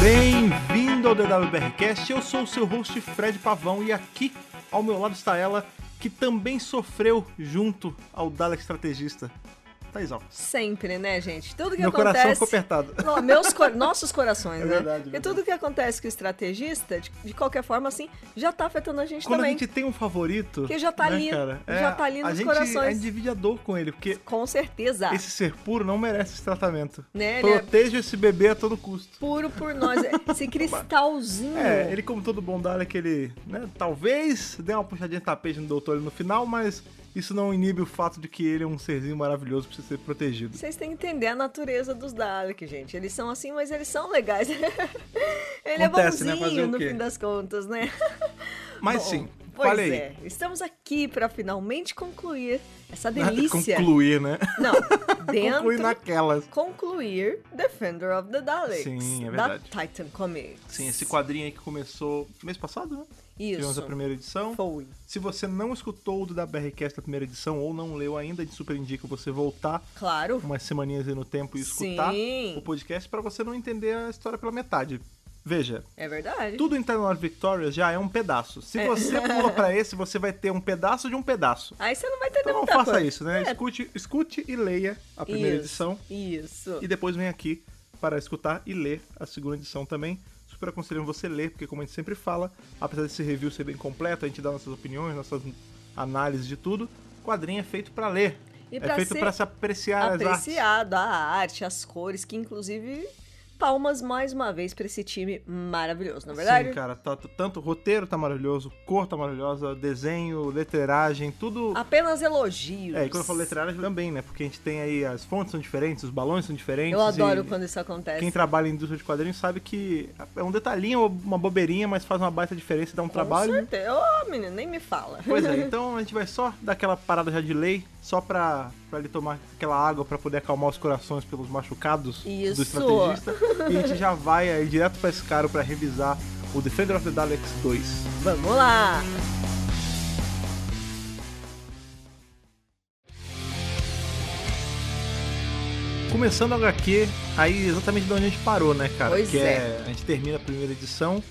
Bem-vindo ao DWBRCast, eu sou o seu host Fred Pavão e aqui ao meu lado está ela que também sofreu junto ao Dalek Estrategista, Thaís Alves. Sempre, né, gente? Tudo que Meu acontece. coração ficou apertado. Não, meus cor- Nossos corações, É né? verdade, Porque verdade. tudo que acontece com o estrategista, de, de qualquer forma, assim, já tá afetando a gente Quando também. a gente tem um favorito. Porque já tá né, ali, cara? já tá ali a nos gente, corações. A gente divide a dor com ele, porque Com certeza. esse ser puro não merece esse tratamento. Né, ele é- Proteja esse bebê a todo custo. Puro por nós. É Esse cristalzinho. É, ele, como todo bom Dalek, ele, né, talvez dê uma puxadinha de tapete no doutor ali no final, mas isso não inibe o fato de que ele é um serzinho maravilhoso, precisa ser protegido. Vocês têm que entender a natureza dos Dalek, gente. Eles são assim, mas eles são legais. ele Acontece, né? é Fazer bonzinho, o no quê? fim das contas, né? Mas Bom, sim, pois falei. é. Estamos aqui para finalmente concluir essa delícia. Né, Concluir, né? Não, dentro Concluir naquelas. concluir Defender of the Daleks. Sim, é da verdade. Titan Comics. Sim, esse quadrinho aí que começou mês passado, né? Tivemos Isso. a primeira edição. Foi. Se você não escutou o do da BRCast da primeira edição ou não leu ainda, de super indica você voltar Claro. umas semaninhas aí no tempo e escutar Sim. o podcast pra você não entender a história pela metade. Veja, É verdade. tudo em Time Lord Victoria já é um pedaço. Se É. você pula pra esse, você vai ter um pedaço de um pedaço. Aí você não vai entender Então não muita faça coisa. isso, né? É. Escute, escute e leia a primeira Isso. edição Isso. e depois vem aqui para escutar e ler a segunda edição também. Super aconselho você ler, porque como a gente sempre fala, apesar desse review ser bem completo, a gente dá nossas opiniões, nossas análises de tudo, quadrinho é feito pra ler. E é pra feito ser pra se apreciar as artes. Apreciado a arte, as cores, que inclusive palmas mais uma vez pra esse time maravilhoso, não é verdade? Sim, cara, tá- tá- tanto o roteiro tá maravilhoso, cor tá maravilhosa, desenho, letreragem, tudo. Apenas elogios. É, e quando eu falo letreragem também, né? Porque a gente tem aí as fontes são diferentes, os balões são diferentes. Eu adoro e- quando é assim. isso acontece. Quem trabalha em indústria de quadrinhos sabe que é um detalhinho, uma bobeirinha, mas faz uma baita diferença e dá um trabalho. Com certeza. Ô, menino, nem me fala. Pois é, então a gente vai só dar aquela parada já de lei, só pra, pra ele tomar aquela água pra poder acalmar os corações pelos machucados do Isso. estrategista. E a gente já vai aí direto pra esse cara pra revisar o Defender of the Daleks 2. Vamos lá! Começando o HQ, aí exatamente de onde a gente parou, né, cara? Pois que é. A gente termina a primeira edição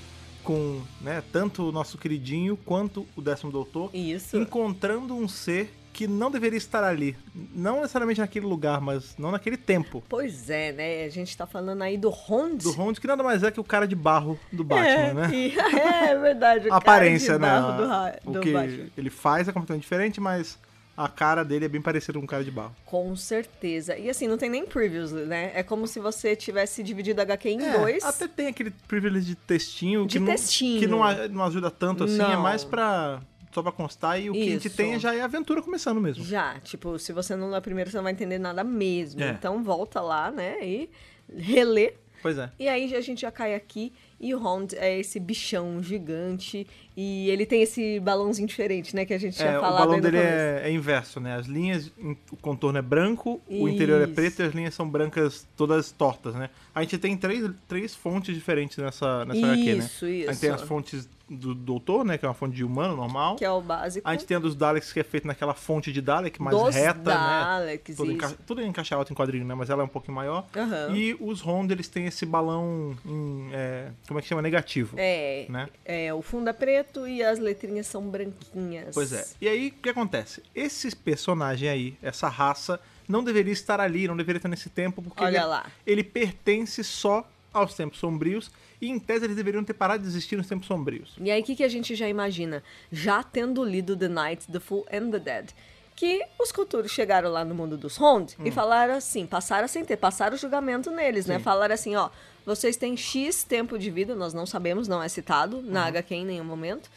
com, né, tanto o nosso queridinho quanto o décimo doutor Isso. encontrando um ser que não deveria estar ali. Não necessariamente naquele lugar, mas não naquele tempo. Pois é, né? A gente tá falando aí do Hond. Do Rondes, que nada mais é que o cara de barro do Batman, é, né? e- é verdade. o A aparência, cara de barro né? do ra- Do, o que Batman. ele faz é completamente diferente, mas a cara dele é bem parecida com um cara de barro. Com certeza. E assim, não tem nem previews, né? É como se você tivesse dividido a HQ em É, dois. Até tem aquele privilégio de textinho. De que textinho. Não, que não, a- não ajuda tanto assim, é Não. mais pra. Só pra constar, e o que a gente Isso. tem já é a aventura começando mesmo. Já, tipo, se você não lê a primeira, você não vai entender nada mesmo. É. Então volta lá, né? E relê. Pois é. E aí a gente já cai aqui e o Hond é esse bichão gigante. E ele tem esse balãozinho diferente, né? Que a gente tinha É, o falado balão aí no dele começo. é, é inverso, né? As linhas, in- o contorno é branco, o interior é Isso. preto e as linhas são brancas todas tortas, né? A gente tem três, três fontes diferentes nessa, nessa HQ, né? Isso, isso. A gente tem as fontes do doutor, né? Que é uma fonte de humano normal. Que é o básico. A gente tem a dos Daleks, que é feita naquela fonte de Dalek mais Dos reta, né? Daleks, Tudo, isso. enca... Tudo em caixa alta em quadrinho, né? Mas ela é um pouquinho maior. Aham. E os Honda, eles têm esse balão em, é, Como é que chama? Negativo. É, Né? é, o fundo é preto e as letrinhas são branquinhas. Pois é. E aí, o que acontece? Esse personagem aí, essa raça, não deveria estar ali, não deveria estar nesse tempo, porque Olha ele, é lá. ele pertence só aos tempos sombrios. E em tese, eles deveriam ter parado de existir nos tempos sombrios. E aí, o que, que a gente já imagina? Já tendo lido The Night, The Fool and the Dead. Que os culturos chegaram lá no mundo dos Hond e falaram assim, passaram sem ter, passaram o julgamento neles, né? Hum. Sim. Falaram assim, ó, vocês têm X tempo de vida, nós não sabemos, não é citado na Uhum. HQ em nenhum momento.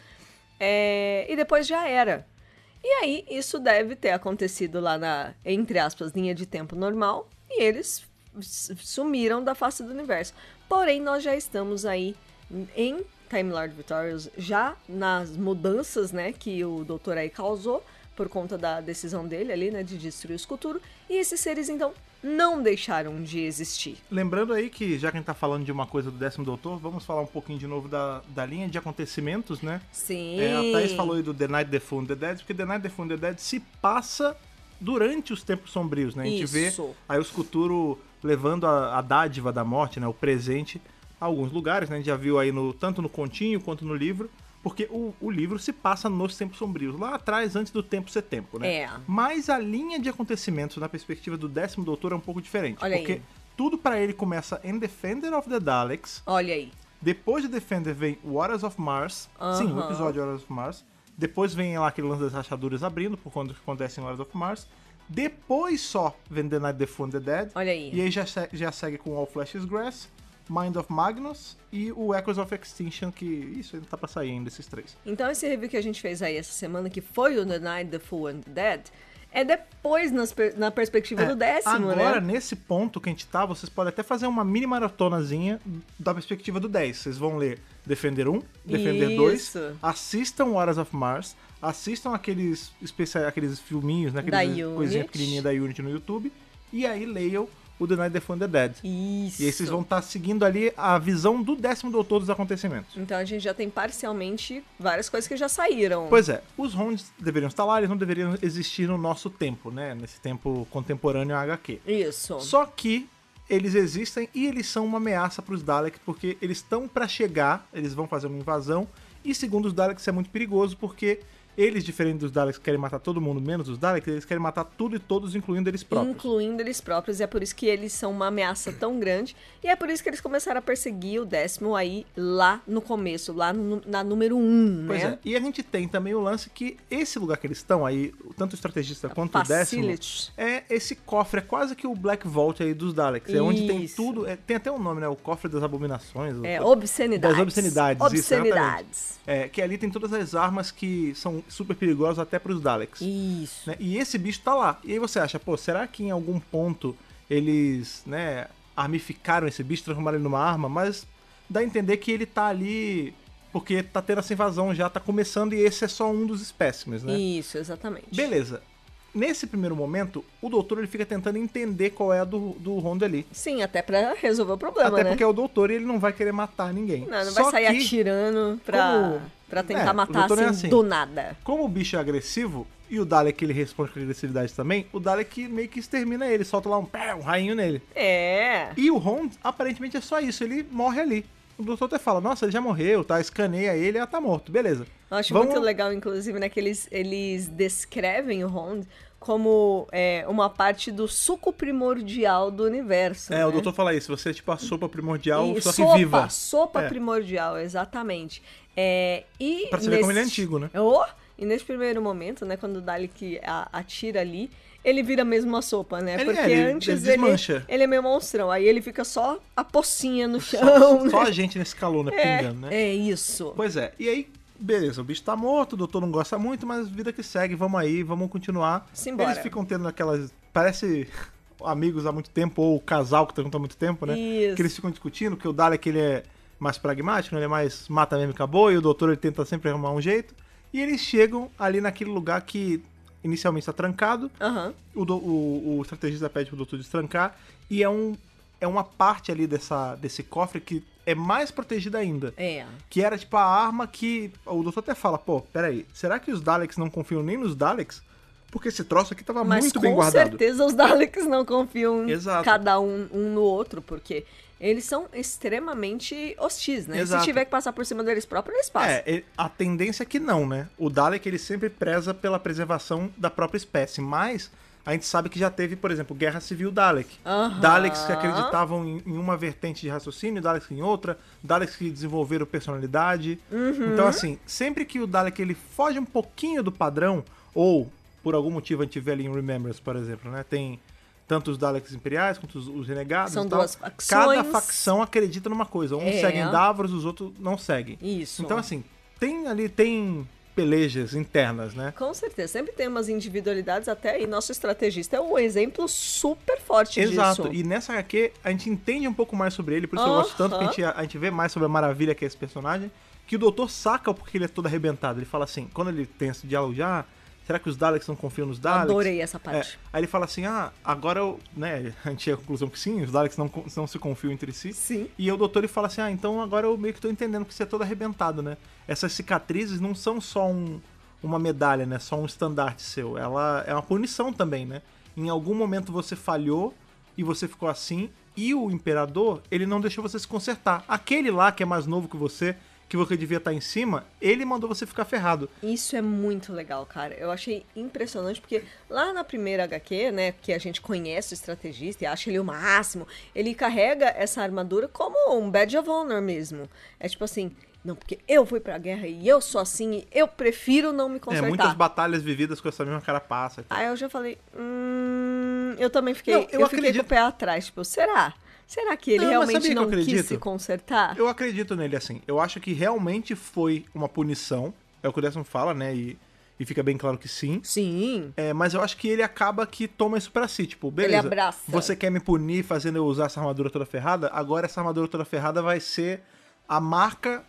É, e depois já era. E aí, isso deve ter acontecido lá na, entre aspas, linha de tempo normal, e eles s- sumiram da face do universo. Porém, nós já estamos aí em Time Lord Victorious, já nas mudanças, né, que o doutor aí causou, por conta da decisão dele ali, né, de destruir o esculturo, e esses seres, então, não deixaram de existir. Lembrando aí que, já que a gente tá falando de uma coisa do décimo doutor, vamos falar um pouquinho de novo da, da linha de acontecimentos, né? Sim. É, a Thaís falou aí do The Night, The Fool and The Dead, porque The Night, The Fool and The Dead se passa durante os tempos sombrios, né? A gente Isso. vê aí o Escuturo levando a, a dádiva da morte, né? O presente alguns lugares, né? A gente já viu aí no, tanto no continho quanto no livro, porque o, o livro se passa nos tempos sombrios, lá atrás, antes do tempo ser tempo, né? É. Mas a linha de acontecimentos na perspectiva do décimo doutor é um pouco diferente. Olha aí. porque tudo pra ele começa em Defender of the Daleks, Olha aí. depois de Defender vem Waters of Mars. Sim, o Aham. episódio Waters of Mars. Depois vem lá aquele lance das rachaduras abrindo, por quando acontece em Waters of Mars. Depois só vem The Night the Phone the Dead. Olha aí. E aí já, se- já segue com All Flesh is Grass, Mind of Magnus e o Echoes of Extinction, que isso ainda tá pra sair ainda, esses três. Então esse review que a gente fez aí essa semana, que foi o The Night, The Fool and the Dead, é depois nas per- na perspectiva do décimo, É, Agora, né? nesse ponto que a gente tá, vocês podem até fazer uma mini maratonazinha da perspectiva do 10. Vocês vão ler Defender 1, Defender 2, Isso. assistam Horas of Mars, assistam aqueles especiais, aqueles filminhos, né? Da Aqueles coisinha Unity. pequenininha da Unity no YouTube, e aí leiam o The Night Defender Dead. Isso. E aí vocês vão estar seguindo ali a visão do décimo doutor dos acontecimentos. Então a gente já tem parcialmente várias coisas que já saíram. Pois é, os Ronds deveriam estar lá, eles não deveriam existir no nosso tempo, né? Nesse tempo contemporâneo à HQ. Isso. Só que eles existem e eles são uma ameaça pros Daleks, porque eles estão pra chegar, eles vão fazer uma invasão, e segundo os Daleks isso é muito perigoso, porque eles, diferente dos Daleks que querem matar todo mundo, menos os Daleks, eles querem matar tudo e todos, incluindo eles próprios. Incluindo eles próprios, e é por isso que eles são uma ameaça tão grande. E é por isso que eles começaram a perseguir o décimo aí lá no começo, lá no- na número um, Pois né? é. E a gente tem também o lance que esse lugar que eles estão aí, tanto o estrategista quanto é, o décimo, Facilities. é esse cofre, é quase que o Black Vault aí dos Daleks. É onde tem Isso. tudo, é- tem até um nome, né? O cofre das abominações. É, o- obscenidades. Das obscenidades, isso, Obscenidades. É, que ali tem todas as armas que são super perigosas até pros Daleks. Isso. né? E esse bicho tá lá. E aí você acha, pô, será que em algum ponto eles, né, armificaram esse bicho, transformaram ele numa arma? Mas dá a entender que ele tá ali porque tá tendo essa invasão já, tá começando e esse é só um dos espécimes, né? Isso, exatamente. Beleza. Nesse primeiro momento, o doutor ele fica tentando entender qual é a do, do Rondo ali. Sim, até pra resolver o problema, Até né? porque é o doutor e ele não vai querer matar ninguém. Não, não Só vai sair que... atirando pra, como- pra É, tentar o matar doutor assim, é assim. do nada. Como o bicho é agressivo, e o Dalek ele responde com agressividade também, o Dalek meio que extermina ele, solta lá um pé, um rainho nele. É. E o Ron, aparentemente, é só isso, ele morre ali. O doutor até fala, nossa, ele já morreu, tá? Escaneia ele, ah, tá morto, beleza. Eu acho Vamos- muito legal, inclusive, né, que eles, eles descrevem o Rond como é, uma parte do suco primordial do universo. É, o né? doutor fala isso, você é tipo a sopa primordial, E só sopa, que viva. Sopa É. primordial, exatamente. É, e Pra você ver como ele é antigo, né? Oh, e nesse primeiro momento, né, quando o Dalek a- atira ali, ele vira mesmo uma sopa, né? Ele- Porque é, ele- antes ele desmancha. ele é meio monstrão. Aí ele fica só a pocinha no chão. Só, né? só a gente nesse calor, né? é, Pingando, né? é isso. Pois é, e aí, beleza, o bicho tá morto, o doutor não gosta muito, mas vida que segue, vamos aí, vamos continuar. Simbora. Eles ficam tendo aquelas. Parece amigos há muito tempo, ou casal que tá junto há muito tempo, né? Isso. Que eles ficam discutindo, que o Dalek ele é mais pragmático, né? ele é mais mata mesmo e acabou, e o doutor ele tenta sempre arrumar um jeito. E eles chegam ali naquele lugar que inicialmente tá trancado, Aham. o, do- o, o estrategista pede pro doutor destrancar, e é, um, é uma parte ali dessa, desse cofre que é mais protegida ainda. É. Que era tipo a arma que. O doutor até fala, pô, peraí, será que os Daleks não confiam nem nos Daleks? Porque esse troço aqui tava Mas muito com bem guardado. certeza os Daleks não confiam Exato. cada um, um no outro, porque eles são extremamente hostis, né? E Exato. Se tiver que passar por cima deles próprios, eles passam. É, e- a tendência é que não, né? O Dalek ele sempre preza pela preservação da própria espécie, mas a gente sabe que já teve, por exemplo, guerra civil Dalek. Aham. Daleks que acreditavam em, em uma vertente de raciocínio, Daleks em outra, Daleks que desenvolveram personalidade. Uhum. Então, assim, sempre que o Dalek ele foge um pouquinho do padrão, ou por algum motivo a gente vê ali em Remembrance, por exemplo, né? Tem tanto os Daleks imperiais quanto os, os renegados. São e tal. duas Cada facções. facção acredita numa coisa. Uns É. seguem Davros, os outros não seguem. Isso. Então, assim, tem ali, tem pelejas internas, né? Com certeza, sempre tem umas individualidades até, e nosso estrategista é um exemplo super forte Exato. disso. E nessa HQ a gente entende um pouco mais sobre ele, por isso eu gosto tanto que a gente, a gente vê mais sobre a maravilha que é esse personagem, que o doutor saca porque ele é todo arrebentado. Ele fala assim, quando ele tem esse diálogo já, será que os Daleks não confiam nos Daleks? Adorei essa É, parte. aí ele fala assim, ah, agora eu, né, a gente chega à conclusão que sim, os Daleks não, con- não se confiam entre si. Sim. E aí o doutor ele fala assim, ah, então agora eu meio que tô entendendo que você é todo arrebentado, né? Essas cicatrizes não são só um, uma medalha, né? Só um estandarte seu. Ela é uma punição também, né? Em algum momento você falhou e você ficou assim, E o imperador, ele não deixou você se consertar. Aquele lá que é mais novo que você, que você devia estar em cima, ele mandou você ficar ferrado. Isso é muito legal, cara. Eu achei impressionante, porque lá na primeira HQ, né, que a gente conhece o estrategista e acha ele o máximo, ele carrega essa armadura como um badge of honor mesmo. É tipo assim. Não, porque eu fui pra guerra e eu sou assim e eu prefiro não me É, consertar. muitas batalhas vividas com essa mesma carapaça. Aí eu já falei, hum, eu também fiquei, Não, eu eu fiquei com acredito. o pé atrás, tipo, será? Será que ele Não, mas sabia realmente que eu não quis acredito? se consertar? Eu acredito nele, assim. Eu acho que realmente foi uma punição. É o que o Décimo fala, né? E, e fica bem claro que sim. Sim. É, mas eu acho que ele acaba que toma isso pra si. Tipo, beleza. Ele abraça. Você quer me punir fazendo eu usar essa armadura toda ferrada? Agora essa armadura toda ferrada vai ser a marca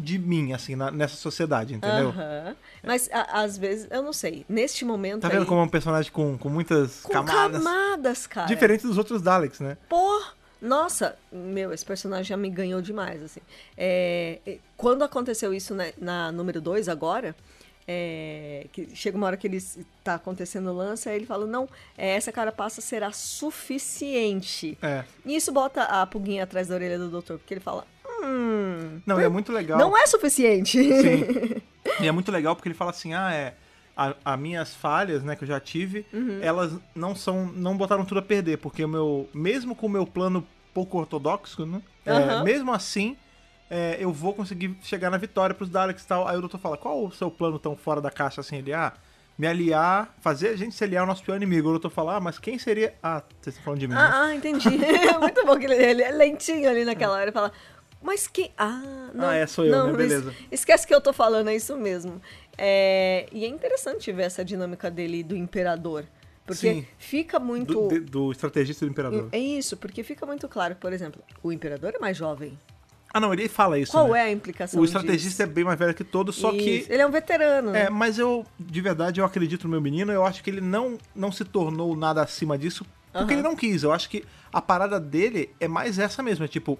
de mim, assim, na- nessa sociedade, entendeu? Aham. Mas a- às vezes, eu não sei, neste momento Tá vendo aí, como é um personagem com, com muitas com camadas? camadas, cara. Diferente dos outros Daleks, né? Pô, nossa, meu, esse personagem já me ganhou demais, assim. É, e quando aconteceu isso na, na número 2 agora, é, que chega uma hora que ele s- tá acontecendo o lance, aí ele fala, não, é, essa carapaça será suficiente. É. E isso bota a pulguinha atrás da orelha do doutor, porque ele fala, hum, Não, e é muito legal. não é suficiente. Sim. né? E é muito legal porque ele fala assim, ah, é. a- As minhas falhas, né, que eu já tive, Uhum. elas não são. não botaram tudo a perder, porque o meu. Mesmo com o meu plano pouco ortodoxo, né? é, Aham. mesmo assim, é, eu vou conseguir chegar na vitória pros Daleks e tal. Aí o doutor fala, qual o seu plano tão fora da caixa assim? Ele, ah, me aliar, fazer a gente se aliar ao nosso pior inimigo. O doutor fala, ah, mas quem seria. Ah, vocês estão falando de mim. né? Ah, ah, entendi. É muito bom que ele, ele é lentinho ali naquela hora e fala. Mas que. Ah, não. Ah, é, sou eu, não, né? não, Beleza. es- Esquece que eu tô falando, é isso mesmo. É, e é interessante ver essa dinâmica dele e do imperador. Porque Sim. fica muito. Do, de- do estrategista do imperador. É isso, porque fica muito claro, por exemplo, o imperador é mais jovem. Ah, não, ele fala isso. Qual né? é a implicação O estrategista é bem mais velho que todos, disso? só que Isso, Ele é um veterano, né? É, mas eu, de verdade, eu acredito no meu menino. Eu acho que ele não, não se tornou nada acima disso porque Aham. ele não quis. Eu acho que a parada dele é mais essa mesmo, é tipo,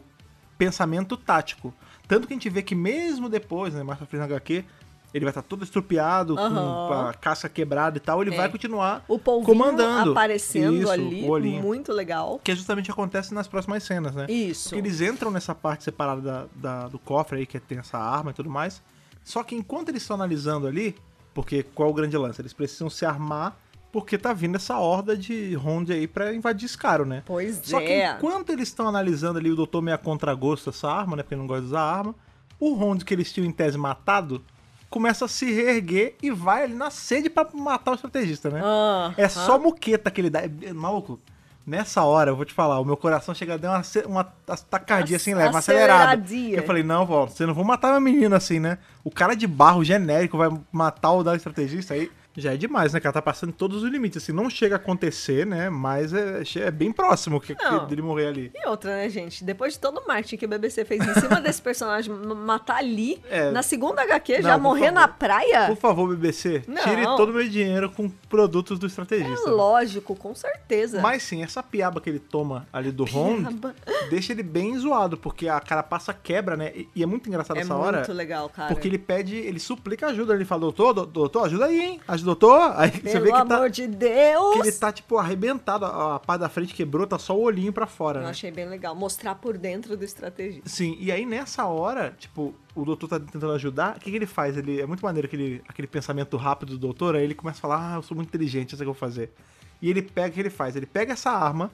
pensamento tático. Tanto que a gente vê que mesmo depois, né, mais pra frente na HQ, ele vai estar todo estrupiado, com Aham. a caça quebrada e tal, ele É. vai continuar O polvinho comandando. aparecendo Isso, ali, o olhinho. muito legal. Que é justamente o que acontece nas próximas cenas, né? Isso. Porque eles entram nessa parte separada da- da- do cofre aí, que tem essa arma e tudo mais. Só que enquanto eles estão analisando ali, porque qual é o grande lance? Eles precisam se armar porque tá vindo essa horda de Honda aí pra invadir Scaro, né? Pois Só que é. enquanto eles estão analisando ali, o doutor meio a contragosto essa arma, né? Porque ele não gosta de usar arma. O Honda que eles tinham em tese matado começa a se reerguer e vai ali na sede pra matar o estrategista, né? Ah, É só muqueta que ele dá. É, é, Maluco, nessa hora, eu vou te falar, o meu coração chega a dar uma, ce- uma tacardia Ac- assim, leve, uma acelerada. aceleradia. Eu falei, não, vó, você não vou matar meu menino assim, né? O cara de barro genérico vai matar o da estrategista aí. Já é demais, né, cara? Tá passando todos os limites. Assim, não chega a acontecer, né? Mas é, che- é bem próximo que, Não. que dele morrer ali. E outra, né, gente? Depois de todo o marketing que o BBC fez em cima desse personagem m- matar ali, É. na segunda HQ, Não, já por morrer favor. na praia? Por favor, BBC, É. Não. tire todo o meu dinheiro com produtos do É estrategista. lógico, com certeza. Mas sim, essa piaba que ele toma ali do Rond, Piaba. deixa ele bem zoado, porque a carapaça quebra, né? E- E é muito engraçado é essa muito hora. legal, cara. Porque ele pede, ele suplica ajuda, ele fala, doutor, do- doutor, ajuda aí, hein? Ajuda, doutor. Aí você Pelo vê que, amor tá, de que Deus! ele tá, tipo, arrebentado. A, a parte da frente quebrou, tá só o olhinho pra fora, Eu né? achei bem legal. Mostrar por dentro do estrategista. Sim, e aí nessa hora, tipo, o doutor tá tentando ajudar, o que, que ele faz? Ele, é muito maneiro aquele, aquele pensamento rápido do doutor, aí ele começa a falar, ah, eu sou muito inteligente, eu sei o que eu vou fazer. E ele pega, o que ele faz? Ele pega essa arma,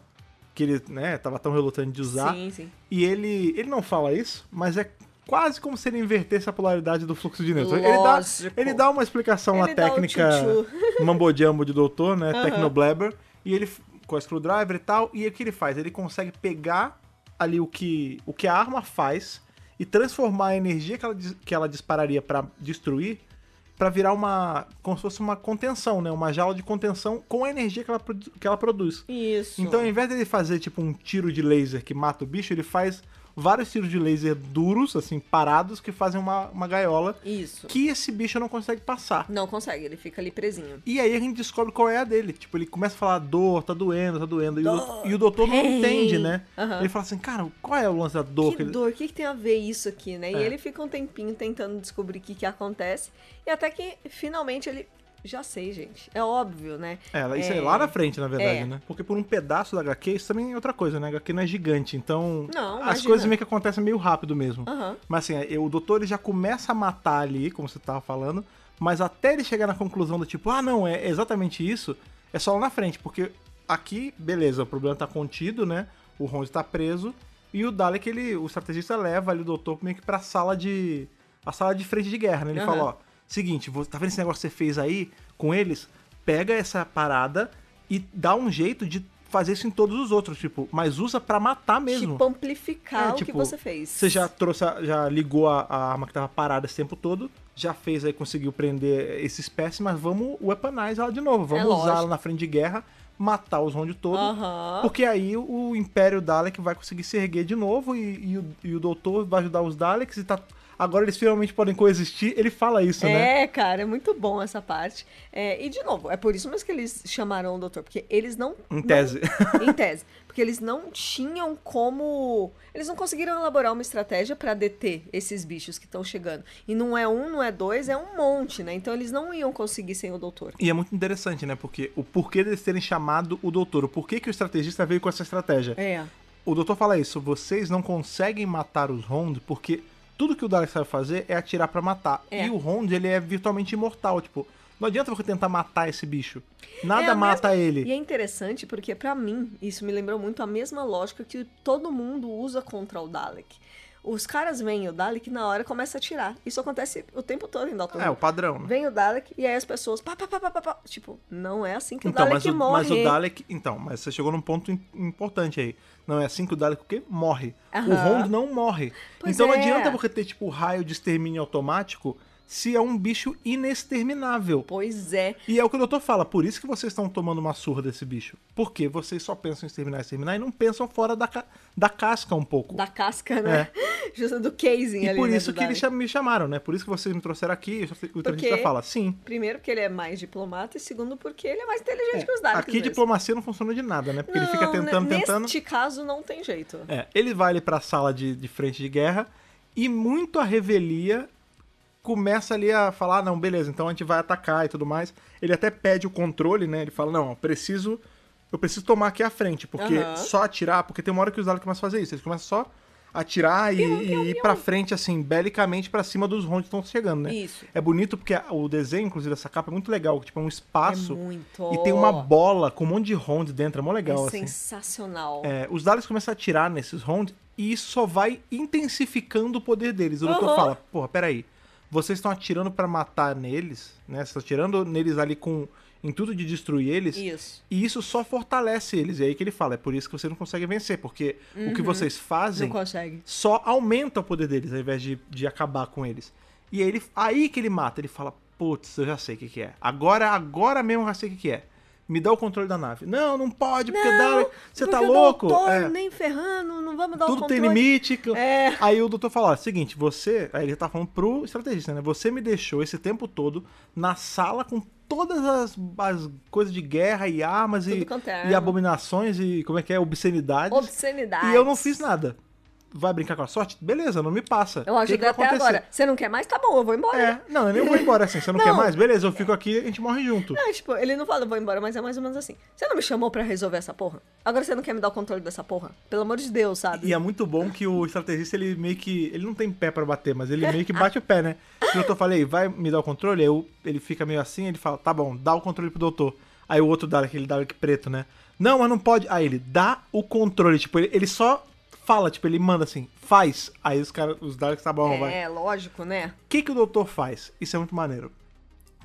que ele, né, tava tão relutante de usar, Sim, sim. e ele, ele não fala isso, mas é quase como se ele invertesse a polaridade do fluxo de nêutrons. Ele dá, Lógico. ele dá uma explicação, uma Ele dá o técnica mambo-jambo de doutor, né? Aham. Tecnoblabber. E ele, f- com a screwdriver e tal, e o que ele faz? Ele consegue pegar ali o que, o que a arma faz e transformar a energia que ela, dis- que ela dispararia pra destruir pra virar uma... como se fosse uma contenção, né? Uma jaula de contenção com a energia que ela, produ- que ela produz. Isso. Então, ao invés dele fazer tipo um tiro de laser que mata o bicho, ele faz vários tiros de laser duros, assim, parados, que fazem uma, uma gaiola Isso. que esse bicho não consegue passar. Não consegue, ele fica ali presinho. E aí a gente descobre qual é a dele. Tipo, ele começa a falar dor, tá doendo, tá doendo. E, o, Dor, e o doutor não pain. entende, né? Aham. Ele fala assim, cara, qual é o lance da dor? Que ele- dor, o que, que tem a ver isso aqui, né? E É. ele fica um tempinho tentando descobrir o que, que acontece. E até que finalmente ele Já sei, gente. É óbvio, né? É, isso é, lá na frente, na verdade, É. né? Porque por um pedaço da HQ, isso também é outra coisa, né? A HQ não é gigante, então Não, as imagina. coisas meio que acontecem meio rápido mesmo. Aham. Mas assim, é, o doutor ele já começa a matar ali, como você tava falando, mas até ele chegar na conclusão do tipo, ah, não, é exatamente isso, é só lá na frente, porque aqui, beleza, o problema tá contido, né? O Ron está preso e o Dalek, ele, o estrategista leva ali o doutor meio que pra sala de a sala de frente de guerra, né? Ele Aham. fala, ó, seguinte, você tá vendo esse negócio que você fez aí com eles? Pega essa parada e dá um jeito de fazer isso em todos os outros, tipo, mas usa pra matar É mesmo. Tipo, É, amplificar o que tipo, você fez. Você já trouxe, a- já ligou a, a arma que tava parada esse tempo todo, já fez aí, conseguiu prender esse espécie, mas vamos weaponize ela de novo. Vamos É lógico. usá-la na frente de guerra, matar os Rondi todos. Aham. Porque aí o Império Dalek vai conseguir se erguer de novo e, e o, e o Doutor vai ajudar os Daleks e tá. Agora eles finalmente podem coexistir. Ele fala isso, né? É, cara, é muito bom essa parte. É, e, de novo, é por isso mesmo que eles chamaram o doutor, porque eles não. Em tese. não- em tese. Porque eles não tinham como. Eles não conseguiram elaborar uma estratégia pra deter esses bichos que estão chegando. E não é um, não é dois, é um monte, né? Então eles não iam conseguir sem o doutor. E é muito interessante, né? Porque o porquê deles terem chamado o doutor, o porquê que o estrategista veio com essa estratégia. É. O doutor fala isso, vocês não conseguem matar os Rond porque tudo que o Dalek sabe fazer é atirar pra matar. É. E o Rond, ele é virtualmente imortal, tipo, não adianta você tentar matar esse bicho. Nada É a mata E ele. é interessante porque, pra mim, isso me lembrou muito a mesma lógica que todo mundo usa contra o Dalek. Os caras veem o Dalek e na hora começa a atirar. Isso acontece o tempo todo em Doctor É, o padrão, né? Vem o Dalek e aí as pessoas. Pá, pá, pá, pá, pá, pá. Tipo, não é assim que Então, o mas Dalek o, morre. mas o Dalek. Então, mas você chegou num ponto im- importante aí. Não é assim que o Dalek o quê? morre. O Aham. Rond não morre. Pois então não é. adianta você ter, tipo, raio de extermínio automático se é um bicho inexterminável. Pois é. E é o que o doutor fala, por isso que vocês estão tomando uma surra desse bicho. Porque vocês só pensam em exterminar, exterminar e não pensam fora da, ca- da casca um pouco. Da casca, né? Justo do casing É. e ali. por né, isso do que eles Dalek. cham- me chamaram, né? Por isso que vocês me trouxeram aqui. O Porque- estrategista fala, sim. Primeiro, porque ele é mais diplomata, e segundo, porque ele é mais inteligente que os Daleks. Aqui mesmo. diplomacia não funciona de nada, né? Porque ele fica Não, né, tentando, tentando. Neste caso, não tem jeito. É, ele vai ali pra sala de, de frente de guerra e muito a revelia começa ali a falar, "Ah, não, beleza, então a gente vai atacar e tudo mais. Ele até pede o controle, né? Ele fala, não, eu preciso, eu preciso tomar aqui a frente, porque Aham. só atirar, porque tem uma hora que os Daleks começam a fazer isso, eles começam só a atirar e, um, e ir pra frente, assim, belicamente pra cima dos Rondes que estão chegando, né? Isso. É bonito porque a- o desenho, inclusive, dessa capa é muito legal, que tipo, é um espaço É muito. e tem uma bola com um monte de Rondes dentro, é mó É legal, assim. sensacional. É, os Daleks começam a atirar nesses rounds e isso só vai intensificando o poder deles. O doutor Aham. fala, porra, peraí, vocês estão atirando pra matar neles, né? Vocês estão atirando neles ali com intuito de destruir eles. Isso. E isso só fortalece eles. E aí que ele fala, é por isso que vocês não conseguem vencer, porque o que Uhum. vocês fazem Não consegue. só aumenta o poder deles, ao invés de, de acabar com eles. E aí, ele, aí que ele mata, ele fala, putz, eu já sei o que, que é. Agora, agora mesmo eu já sei o que, que é. Me dá o controle da nave. Não, não pode, porque dá, você tá Porque o louco? Doutor, É, Nem ferrando, não vamos dar o tudo tem controle. limite. É. Aí o doutor fala, ó, seguinte, você... Aí ele tá falando pro estrategista, né? Você me deixou esse tempo todo na sala com todas as, as coisas de guerra e armas e, Tudo quanto é e arma. abominações e, como é que é, obscenidades. Obscenidade. E eu não fiz nada. Vai brincar com a sorte? Beleza, não me passa. Eu O que que ajudei vai até acontecer? agora. Você não quer mais? Tá bom, eu vou embora. É, não, eu nem vou embora assim. Você não, Não. quer mais? Beleza, eu fico aqui e a gente morre junto. Não, tipo, ele não fala, eu vou embora, mas é mais ou menos assim. Você não me chamou pra resolver essa porra? Agora você não quer me dar o controle dessa porra? Pelo amor de Deus, sabe? E é muito bom que o estrategista, ele meio que. Ele não tem pé pra bater, mas ele meio que bate o pé, né? O doutor fala, "Ei, vai me dar o controle? Aí eu- ele fica meio assim, ele fala, tá bom, dá o controle pro doutor. Aí o outro dá aquele Dalek preto, né? Não, mas não pode. Aí ele dá o controle. Tipo, ele, ele só fala, tipo, ele manda assim, faz. Aí os caras, os Daleks, tá bom, vai. é, lógico, né? O que, que o doutor faz? Isso é muito maneiro.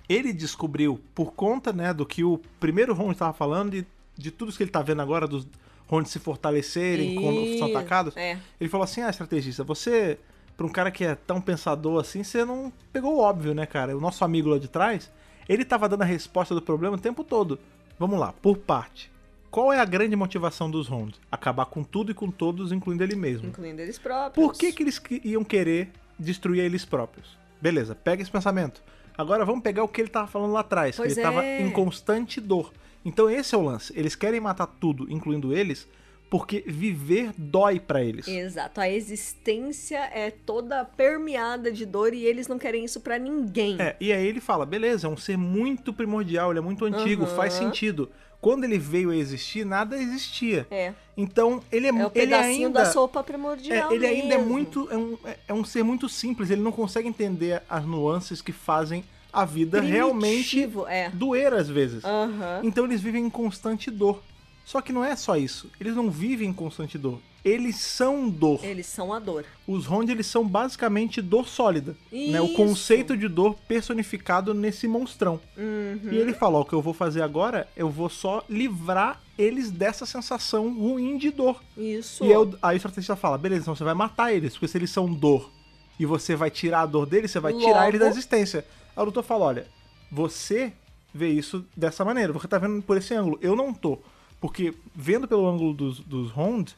Ele descobriu, por conta né, do que o primeiro Ron estava falando e de tudo isso que ele está vendo agora, dos Ron se fortalecerem quando são Isso, atacados. é. Ele falou assim: ah, estrategista, você, para um cara que é tão pensador assim, você não pegou o óbvio, né, cara? O nosso amigo lá de trás, ele tava dando a resposta do problema o tempo todo. Vamos lá, por parte. Qual é a grande motivação dos Ron? Acabar com tudo e com todos, incluindo ele mesmo. Incluindo eles próprios. Por que, que eles que- iam querer destruir eles próprios? Beleza, pega esse pensamento. Agora vamos pegar o que ele tava falando lá atrás, Pois que ele tava é. em constante dor. Então esse é o lance. Eles querem matar tudo, incluindo eles, porque viver dói pra eles. Exato, a existência é toda permeada de dor e eles não querem isso pra ninguém. É, e aí ele fala: beleza, é um ser muito primordial, ele é muito antigo, Aham. faz sentido. Quando ele veio a existir, nada existia. É. Então, ele é, É o ele pedacinho ainda da sopa é, primordial. ele ainda é mesmo. muito é um, é- é um ser muito simples, ele não consegue entender as nuances que fazem a vida realmente Primitivo, é. doer às vezes. Aham. Então eles vivem em constante dor. Só que não é só isso. Eles não vivem em constante dor. Eles são dor. Eles são a dor. Os Rond eles são basicamente dor sólida. Né? O Isso. conceito de dor personificado nesse monstrão. Uhum. E ele falou: o que eu vou fazer agora, eu vou só livrar eles dessa sensação ruim de dor. Isso. E aí o- aí o estrategista fala: beleza, então você vai matar eles, porque se eles são dor e você vai tirar a dor deles, você vai tirar Logo. eles da existência. Aí o doutor fala: olha, você vê isso dessa maneira, você tá vendo por esse ângulo. Eu não tô. Porque vendo pelo ângulo dos, dos Hond,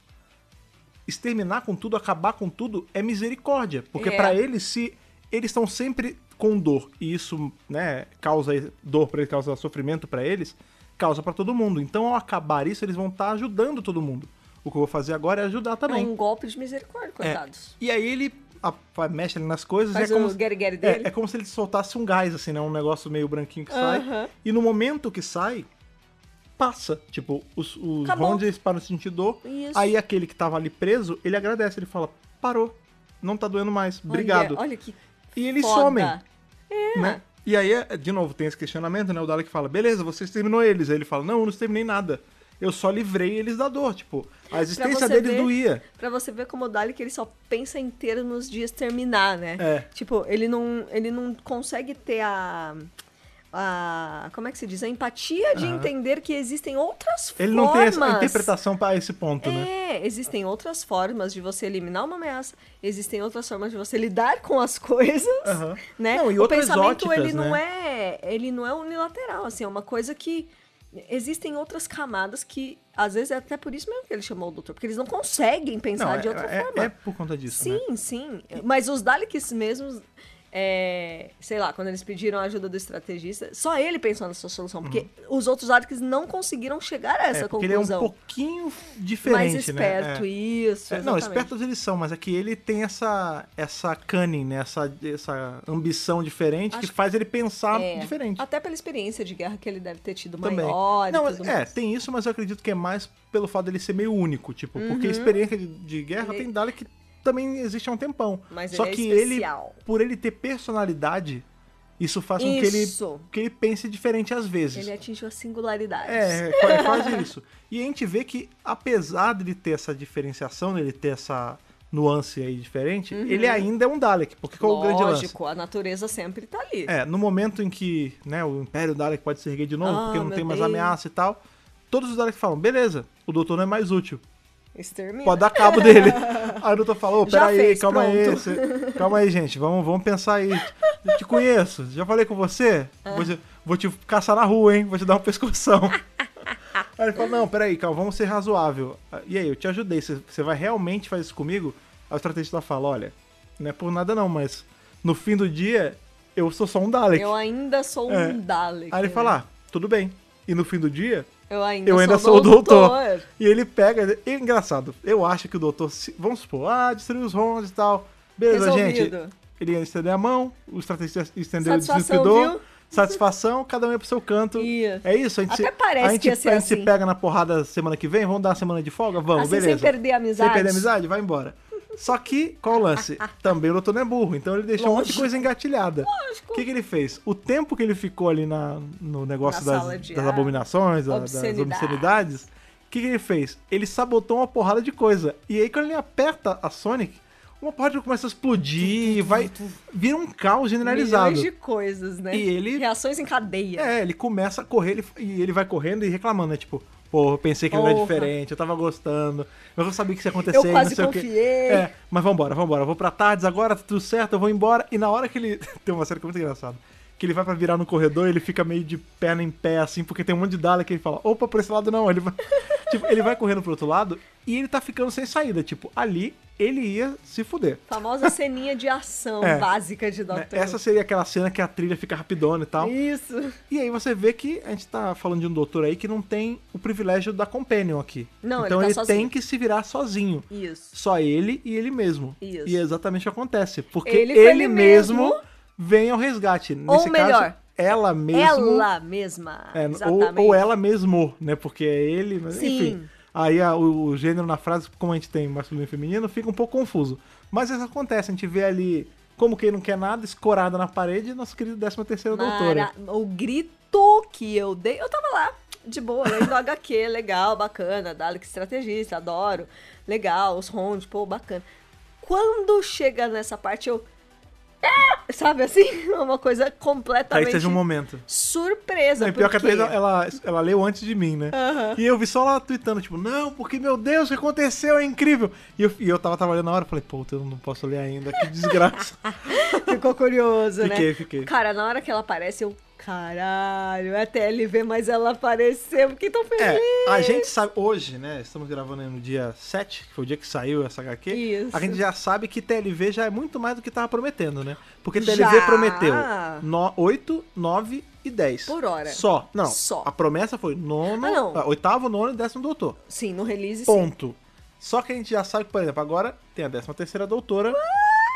exterminar com tudo, acabar com tudo, é misericórdia. Porque É. pra eles, se eles estão sempre com dor, e isso, né, causa dor pra eles, causa sofrimento pra eles, causa pra todo mundo. Então, ao acabar isso, eles vão estar ajudando todo mundo. O que eu vou fazer agora é ajudar É também. É. um golpe de misericórdia, coitados. E aí ele a- fa- mexe ali nas coisas, Faz é como o se- guerre-guerre é, dele. é como se ele soltasse um gás, assim, né? Um negócio meio branquinho que sai. Aham. E no momento que sai, passa. Tipo, os, os Acabou. Rondres param de sentir dor. Isso. Aí aquele que tava ali preso, ele agradece. Ele fala, parou. Não tá doendo mais. Olha, Obrigado. Olha, que e eles foda. somem, né? E aí, é- de novo, tem esse questionamento, né? O Dalek fala, beleza, você exterminou eles. Aí ele fala, não, eu não exterminei nada. Eu só livrei eles da dor. Tipo, a existência você deles ver- doía. Pra você ver como o Dalek ele só pensa em termos de exterminar, né? É. Tipo, ele não, ele não consegue ter a. a como é que se diz? A empatia de entender que existem outras Ele formas. não tem essa interpretação pra esse ponto, né? É, existem outras formas de você eliminar uma ameaça, existem outras formas de você lidar com as coisas, Aham. né? Não, e o outras pensamento óticas, ele não né? é, ele não é unilateral, assim, é uma coisa que existem outras camadas que às vezes é até por isso mesmo que ele chamou o doutor, porque eles não conseguem pensar Não, é, de outra é- forma. é por conta disso, né? sim, sim. Mas os Daleks mesmos é, sei lá, quando eles pediram a ajuda do estrategista, só ele pensou nessa solução, porque os outros Daleks não conseguiram chegar a essa Uhum. é, porque ele é um conclusão. pouquinho diferente, mais esperto, né? É. isso. É, não, exatamente. espertos eles são, mas é que ele tem essa essa cunning, né? Essa, essa ambição diferente que Acho- faz ele pensar É, diferente Até pela experiência de guerra que ele deve ter tido também. maior e não, tudo é, mais. tem isso, mas eu acredito que é mais pelo fato dele ser meio único, tipo, porque Uhum. experiência de, de guerra tem Dalek que também existe há um tempão. Mas Só ele é que especial. ele, por ele ter personalidade, isso faz com que ele Isso. que ele pense diferente às vezes. Ele é atingiu a singularidade. É, é qua- é quase isso. E a gente vê que, apesar dele ter essa diferenciação, dele ter essa nuance aí diferente, ele ainda é um Dalek, porque qual é o grande lance? Uhum. Lógico, a natureza sempre tá ali. É, no momento em que né, o Império Dalek pode se erguer de novo, Ah, porque não meu tem mais Deus. ameaça e tal, todos os Daleks falam, beleza, o Doutor não é mais útil, Extermina. pode dar cabo dele. Aí o Doutor fala, ô, Já peraí, fez, calma aí, pronto. cê- calma aí, gente, vamos, vamos pensar aí. Eu te conheço, já falei com você? É. Vou, te, vou te caçar na rua, hein, vou te dar uma pescoção. Aí ele fala, não, peraí, calma, vamos ser razoável. E aí, eu te ajudei, você você vai realmente fazer isso comigo? Aí o estrategista fala, olha, não é por nada não, mas no fim do dia, eu sou só um Dalek. Eu ainda sou um É. Dalek. Aí ele né? fala, ah, tudo bem. E no fim do dia, Eu ainda, eu sou, ainda sou o doutor. E ele pega. E, é engraçado, eu acho que o doutor. se- Vamos supor, ah, destruiu os rondes e tal. Beleza, Resolvido. gente. Ele ia estender a mão, o estrategista estendeu Satisfação, o desentupidor. viu? Satisfação, cada um ia pro seu canto. Ia. É isso, a gente, Até se, parece a gente, que ia ser a gente se assim. pega na porrada semana que vem, vamos dar uma semana de folga? Vamos, Assim, sem beleza. perder a amizade. Sem perder a amizade, vai embora. Só que, qual o lance? Também o doutor não é burro, então ele deixou um monte de coisa engatilhada. Lógico. O que, que ele fez? O tempo que ele ficou ali na, no negócio Na das, sala de das ar. abominações, da- das Obscenidades. obscenidades, o que, que ele fez? Ele sabotou uma porrada de coisa. E aí, quando ele aperta a Sonic, uma porrada começa a explodir, vai. Vira um caos generalizado. Milhões de coisas, né? E ele- Reações em cadeia. É, ele começa a correr ele, e ele vai correndo e reclamando, né? Tipo, pô, eu pensei que ele era Porra. diferente, eu tava gostando, eu não sabia que isso ia acontecer, Eu quase não sei o quê. confiei. É, mas vambora, vambora, eu vou pra tardes agora, tá tudo certo, eu vou embora. E na hora que ele. Tem uma cena que é muito engraçada. Que ele vai pra virar no corredor e ele fica meio de perna em pé, assim, porque tem um monte de Dalek que ele fala, opa, por esse lado não. Ele vai, tipo, ele vai correndo pro outro lado e ele tá ficando sem saída. Tipo, ali ele ia se fuder. Famosa ceninha de ação É. básica de Doctor Essa é seria aquela cena que a trilha fica rapidona e tal. Who. Isso. E aí você vê que a gente tá falando de um doutor aí que não tem o privilégio da companion aqui. Não, então ele tá ele sozinho. tem que se virar sozinho. Isso. Só ele e ele mesmo. Isso. E é exatamente o que acontece. Porque Ele ele, com ele mesmo, mesmo. vem ao resgate. Ou Nesse melhor, caso, ela mesmo. Ela mesma. É, Exatamente. ou, ou ela mesmo, né? Porque é ele, mas Sim. enfim. Aí a- o, o gênero na frase, como a gente tem masculino e feminino, fica um pouco confuso. Mas isso acontece, a gente vê ali, como quem não quer nada, escorada na parede, nosso querido 13 terceira doutora. Mara- O grito que eu dei. Eu tava lá, de boa, lendo HQ, legal, bacana. Dalek estrategista, adoro. Legal, os rondes, pô, bacana. Quando chega nessa parte, eu. Ah! Sabe assim? Uma coisa completamente. Aí seja um momento. Surpresa, Não, e pior que a porque... Thaís, ela, ela leu antes de mim, né? Aham. E eu vi só ela tweetando, tipo, não, porque meu Deus, o que aconteceu? É incrível. E eu, e eu tava trabalhando na hora, falei, pô, eu não posso ler ainda, que desgraça. Ficou curioso, né? Fiquei, fiquei. Cara, na hora que ela aparece, eu. Caralho, é TLV, mas ela apareceu. Fiquei tão feliz. É, a gente sabe, hoje, né, estamos gravando aí no dia 7, que foi o dia que saiu essa HQ, Isso. a gente já sabe que TLV já é muito mais do que tava prometendo, né? Porque TLV Já? prometeu no, 8, 9 e 10. Por hora. Só. Não, Só. a promessa foi nono, Ah, não. ah, oitavo, nono e décimo doutor. Sim, no release, sim. Ponto. Só que a gente já sabe que, por exemplo, agora tem a 13 terceira doutora,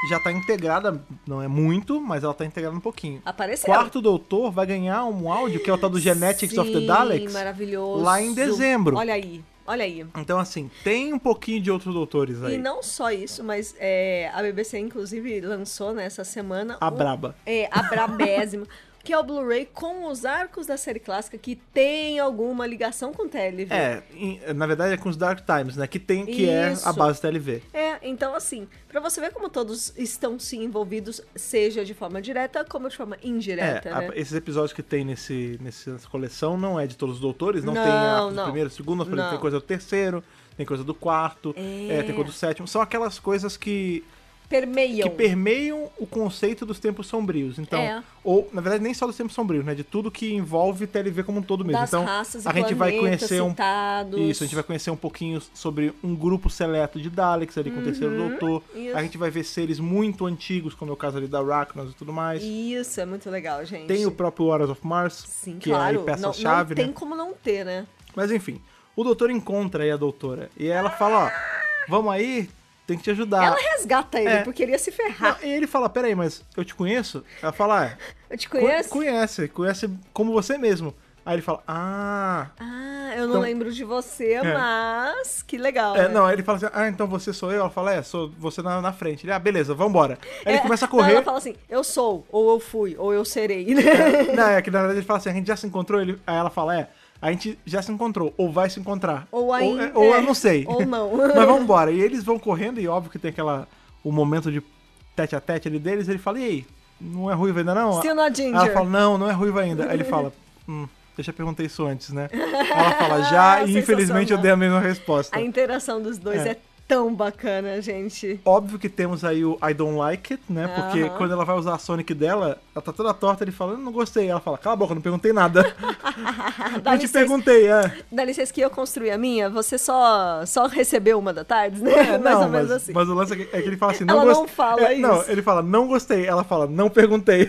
já tá integrada, não é muito, mas ela tá integrada um pouquinho. Apareceu. Quarto doutor vai ganhar um áudio, que é o tal do Genetics of the Sim, Daleks. maravilhoso. lá em dezembro. Olha aí, olha aí. Então, assim, tem um pouquinho de outros doutores aí. E não só isso, mas é, a BBC, inclusive, lançou nessa semana. A um- braba. É, a Brabésima. que é o Blu-ray com os arcos da série clássica que tem alguma ligação com TLV. É, em- na verdade é com os Dark Times, né? Que tem que é Isso. a base TLV. É, então assim, pra você ver como todos estão se envolvidos, seja de forma direta como de forma indireta, É, a- né? esses episódios que tem nesse, nesse- nessa coleção não é de todos os doutores, não, Não, tem a do não. primeiro, segundo, por exemplo, Não. tem coisa do terceiro, tem coisa do quarto, É. é, tem coisa do sétimo. São aquelas coisas que, que Permeiam. permeiam o conceito dos tempos sombrios. Então, É. ou, na verdade, nem só dos tempos sombrios, né? De tudo que envolve TLV como um todo mesmo. das então, raças e a gente vai planetas conhecer um citados. Isso, a gente vai conhecer um pouquinho sobre um grupo seleto de Daleks ali com o terceiro doutor. Uhum, isso. A gente vai ver seres muito antigos, como é o caso ali da Arachnos e tudo mais. Isso, é muito legal, gente. Tem o próprio Horas of Mars, Sim, que é claro. aí não, peça-chave, não né? tem como não ter, né? Mas enfim, o doutor encontra aí a doutora. E ela fala, ó, vamos aí, tem que te ajudar. Ela resgata ele, É. porque ele ia se ferrar. Não, e ele fala, peraí, mas eu te conheço? Ela fala, ah, Eu te co- conheço? conhece, conhece como você mesmo. Aí ele fala, ah, Ah, eu não Então- lembro de você, É. mas que legal. É, né? não, aí ele fala assim, ah, então você sou eu? Ela fala, é, sou você na, na frente. Ele, ah, beleza, vambora. Aí ele É, começa a Não, correr. ela fala assim, eu sou, ou eu fui, ou eu serei, né? Não, é que na verdade ele fala assim, a gente já se encontrou? Ele, aí ela fala, é, a gente já se encontrou, ou vai se encontrar. Ou Ou, ainda. é, ou eu não sei. Ou não. Mas vambora. E eles vão correndo, e óbvio que tem aquela, o momento de tete a tete ali deles, ele fala, e aí, não é ruiva ainda não? Still not Aí ginger. ela fala, não, não é ruiva ainda. Aí ele fala, hum, eu já perguntei isso antes, né? Ela fala, já, e infelizmente eu Ah, Sensacional. dei a mesma resposta. A interação dos dois é, É. tão bacana, gente. Óbvio que temos aí o I don't like it, né? Porque Aham. quando ela vai usar a Sonic dela, ela tá toda torta, ele fala, eu não gostei. Ela fala, cala a boca, eu não perguntei nada. Dá eu te licença, perguntei, é. dá licença que eu construí a minha, você só, só recebeu uma da tarde, né? É, Mais não, ou menos mas, assim. mas o lance é que, é que ele fala assim, não Ela gostei. não fala é, Não, isso. ele fala, não gostei. Ela fala, não perguntei.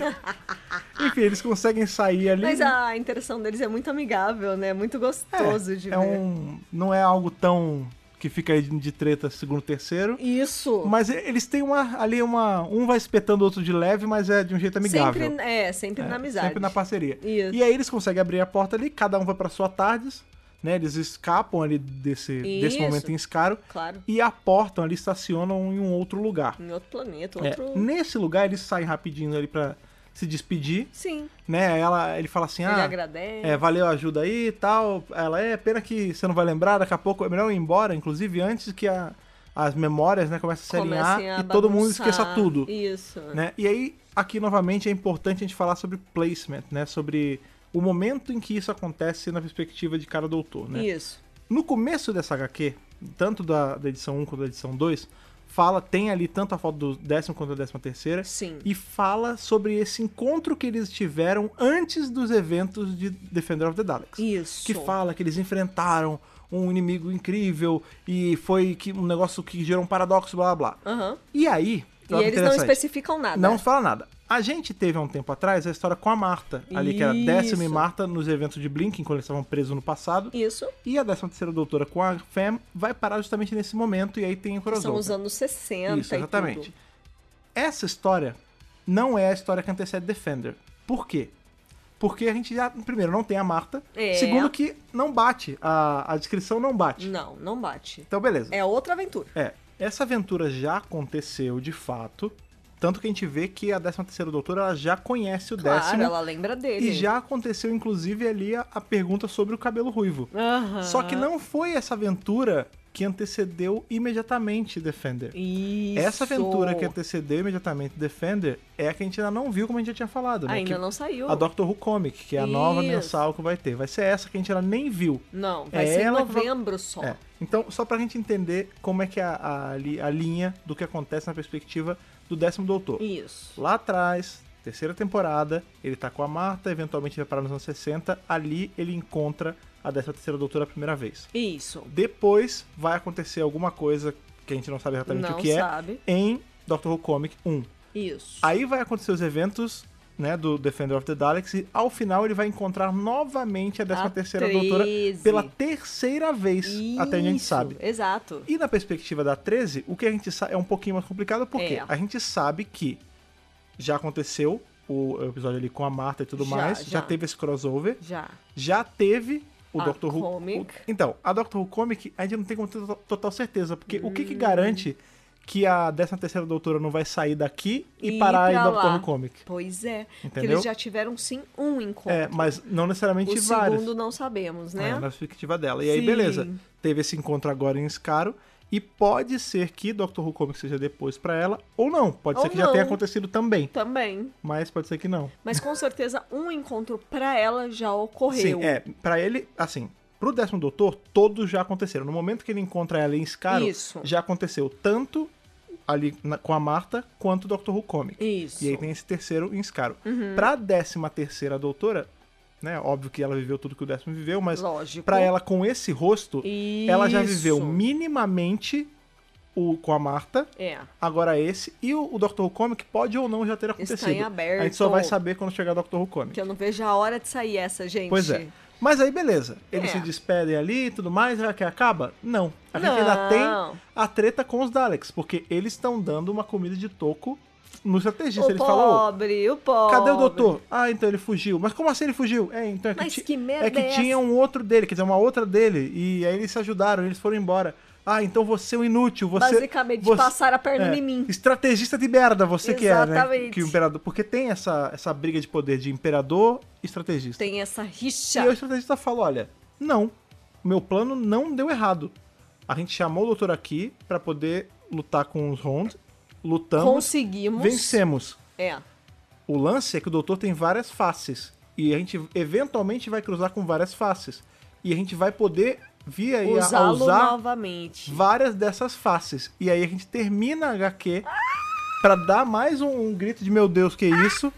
Enfim, eles conseguem sair ali. Mas a interação deles é muito amigável, né? Muito gostoso de é, ver. é um, não é algo tão que fica aí de treta segundo, terceiro. Isso. Mas e- eles têm uma ali uma um vai espetando o outro de leve, mas é de um jeito amigável. Sempre, é, sempre na É, amizade. Sempre na parceria. Isso. E aí eles conseguem abrir a porta ali, cada um vai pra sua tardes, né? Eles escapam ali desse, desse Isso. momento em Escaro Claro. e aportam ali, estacionam em um outro lugar. Em outro planeta, É, outro. nesse lugar eles saem rapidinho ali pra se despedir, Sim. né? Aí Ela, ele fala assim, ele ah, agradece. é, valeu a ajuda aí e tal. Ela, é, pena que você não vai lembrar, daqui a pouco é melhor eu ir embora, inclusive antes que a- as memórias, né, comecem a se Comecem alinhar a e todo mundo bagunçar. esqueça tudo Isso. né? E aí, aqui novamente é importante a gente falar sobre placement, né? Sobre o momento em que isso acontece na perspectiva de cada doutor, né? Isso. No começo dessa HQ, tanto da, da edição 1 quanto da edição 2, fala, tem ali tanto a foto do décimo quanto da décima terceira, Sim. e fala sobre esse encontro que eles tiveram antes dos eventos de Defender of the Daleks. Isso. Que fala que eles enfrentaram um inimigo incrível e foi que um negócio que gerou um paradoxo, blá blá blá. Aham. E aí. olha E que eles não interessante. especificam nada. Não fala nada. A gente teve há um tempo atrás a história com a Marta, ali que era décima e Isso. Marta nos eventos de Blinking, quando eles estavam presos no passado. Isso. E a décima terceira doutora com a Fem vai parar justamente nesse momento e aí tem o crossover. São os anos 60 Isso, e exatamente. tudo. Essa história não é a história que antecede Defender. Por quê? Porque a gente já, primeiro, não tem a Marta. É. Segundo, que não bate. A, a descrição não bate. Não, não bate. Então, beleza. É outra aventura. É, essa aventura já aconteceu de fato. Tanto que a gente vê que a 13 terceira doutora ela já conhece o Claro, décimo. ela lembra dele. E já aconteceu, inclusive, ali a, a pergunta sobre o cabelo ruivo. Aham. Só que não foi essa aventura que antecedeu imediatamente Defender. Isso. Essa aventura que é antecedeu imediatamente Defender é a que a gente ainda não viu, como a gente já tinha falado, né? Ah, Ainda Que- não saiu. A Doctor Who Comic, que é a nova Isso. mensal que vai ter. Vai ser essa que a gente ainda nem viu. Não, vai É, ser em ela vai- novembro só. É. Então, só pra gente entender como é que é a, a li- a linha do que acontece na perspectiva do décimo doutor. Isso. Lá atrás, terceira temporada, ele tá com a Marta, eventualmente vai parar nos anos 60, ali ele encontra a décima terceira doutora a primeira vez. Isso. Depois vai acontecer alguma coisa que a gente não sabe exatamente Não o que sabe. é em Doctor Who Comic 1. Isso. Aí vai acontecer os eventos, né, do Defender of the Daleks e ao final ele vai encontrar novamente a décima A terceira doutora 13. pela terceira vez, até a gente Isso, sabe. Exato. E na perspectiva da 13, o que a gente sabe é um pouquinho mais complicado, porque É. a gente sabe que já aconteceu o episódio ali com a Marta e tudo Já, mais, já já. teve esse crossover, Já. já teve o A Doctor Who. Comic. o- então, a Doctor Who Comic a gente não tem como ter to- total certeza, porque o que, Hum. que garante que a 13 terceira doutora não vai sair daqui e, E ir parar em pra Doctor lá. Who Comic? Pois é. Porque Entendeu? eles já tiveram sim um encontro. É, mas não necessariamente o várias. segundo não sabemos, né? É, na perspectiva dela. E aí, Sim. beleza. Teve esse encontro agora em Scaro. E pode ser que Doctor Who Comic seja depois pra ela, ou não. Pode ser Ou que já tenha não. acontecido também. Também. Mas pode ser que não. Mas com certeza um encontro pra ela já ocorreu. Sim, é. Pra ele, assim, pro décimo doutor, todos já aconteceram. No momento que ele encontra ela em Scaro, Isso. já aconteceu tanto ali na- com a Marta quanto Doctor Who Comic. Isso. Uhum. E aí tem esse terceiro em Scaro. Pra décima terceira doutora, né? Óbvio que ela viveu tudo que o décimo viveu, mas Lógico. pra ela com esse rosto, Ela já viveu Isso. minimamente o com a Marta, É. agora esse, e o, o Doctor Who Comic pode ou não já ter acontecido. em aberto. A gente só vai saber quando chegar o Doctor Who Comic. Que eu não vejo a hora de sair essa, gente. Pois é. Mas aí, beleza. Eles É. se despedem ali e tudo mais, já que acaba? Não. A gente ainda Não. tem a treta com os Daleks, porque eles estão dando uma comida de toco no estrategista. O Eles falam, "Ô, pobre, o pobre. cadê o doutor? Ah, então ele fugiu. Mas como assim ele fugiu? É, então é que, Mas ti- que merda é que é essa?" tinha um outro dele, quer dizer, uma outra dele, e aí eles se ajudaram, eles foram embora. Ah, então você é um inútil, você... Basicamente, você, É. passaram a perna em mim. Estrategista de merda, você que é, né? Exatamente. Que o imperador... Porque tem essa, essa briga de poder de imperador e estrategista. Tem essa rixa. E aí o estrategista fala: olha, não, meu plano não deu errado. A gente chamou o doutor aqui pra poder lutar com os Hond, lutamos, Conseguimos. vencemos. É. O lance é que o doutor tem várias faces e a gente eventualmente vai cruzar com várias faces e a gente vai poder vir aí a- a Usá-lo usar novamente. várias dessas faces. E aí a gente termina a HQ pra dar mais um, um grito de meu Deus, que é isso?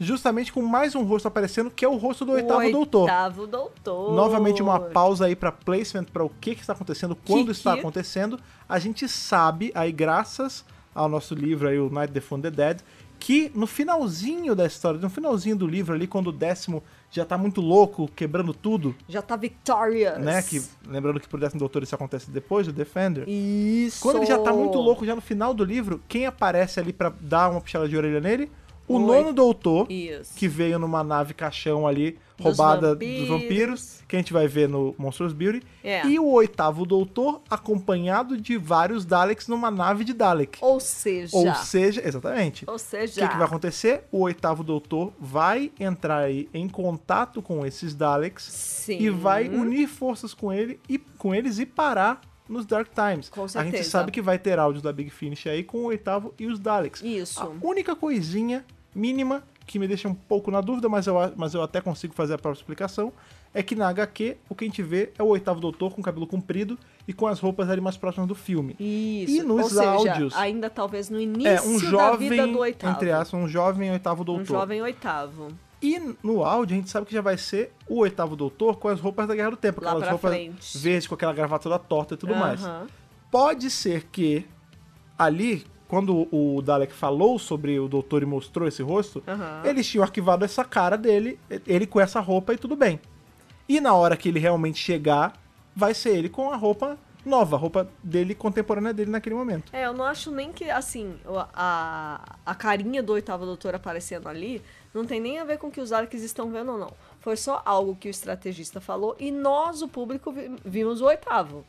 Justamente com mais um rosto aparecendo, que é o rosto do oitavo, doutor. Ah. Oitavo doutor. Novamente uma pausa aí pra placement, pra o que, que está acontecendo, quando que- está acontecendo. A gente sabe, aí graças ao nosso livro aí, o Night the Phone the Dead, que no finalzinho da história, no finalzinho do livro ali, quando o décimo já tá muito louco, quebrando tudo, Já tá victorious. né? Que, lembrando que pro décimo doutor isso acontece depois do Defender. Isso. Quando ele já tá muito louco, já no final do livro, quem aparece ali pra dar uma puxada de orelha nele? O Oi. nono doutor, Isso. que veio numa nave caixão ali, Dos roubada dos vampiros. vampiros, que a gente vai ver no Monsters Beauty. É. E o oitavo doutor, acompanhado de vários Daleks numa nave de Dalek. Ou seja. Ou seja, exatamente. Ou O seja. que, que vai acontecer? O oitavo doutor vai entrar aí em contato com esses Daleks Sim. e vai unir forças com ele e com eles e parar nos Dark Times. Com A gente certeza. sabe que vai ter áudios da Big Finish aí com o oitavo e os Daleks. Isso. A única coisinha mínima que me deixa um pouco na dúvida, mas eu, a- mas eu até consigo fazer a própria explicação, é que na HQ o que a gente vê é o oitavo doutor com cabelo comprido e com as roupas ali mais próximas do filme. Isso. E nos Ou seja, áudios? ainda talvez no início É um da vida jovem, do oitavo. entre aspas, um jovem oitavo doutor. Um jovem oitavo. E no áudio a gente sabe que já vai ser o oitavo doutor com as roupas da Guerra do Tempo, Lá aquelas pra roupas frente. verdes com aquela gravata toda torta e tudo mais. Aham. Pode ser que ali, quando o Dalek falou sobre o doutor e mostrou esse rosto, Aham. eles tinham arquivado essa cara dele, ele com essa roupa e tudo bem. E na hora que ele realmente chegar, vai ser ele com a roupa nova, a roupa dele contemporânea dele naquele momento. É, eu não acho nem que, assim, o- a, a carinha do oitavo doutor aparecendo ali não tem nem a ver com o que os Arcs estão vendo ou não. Foi só algo que o estrategista falou e nós, o público, vi- vimos o oitavo.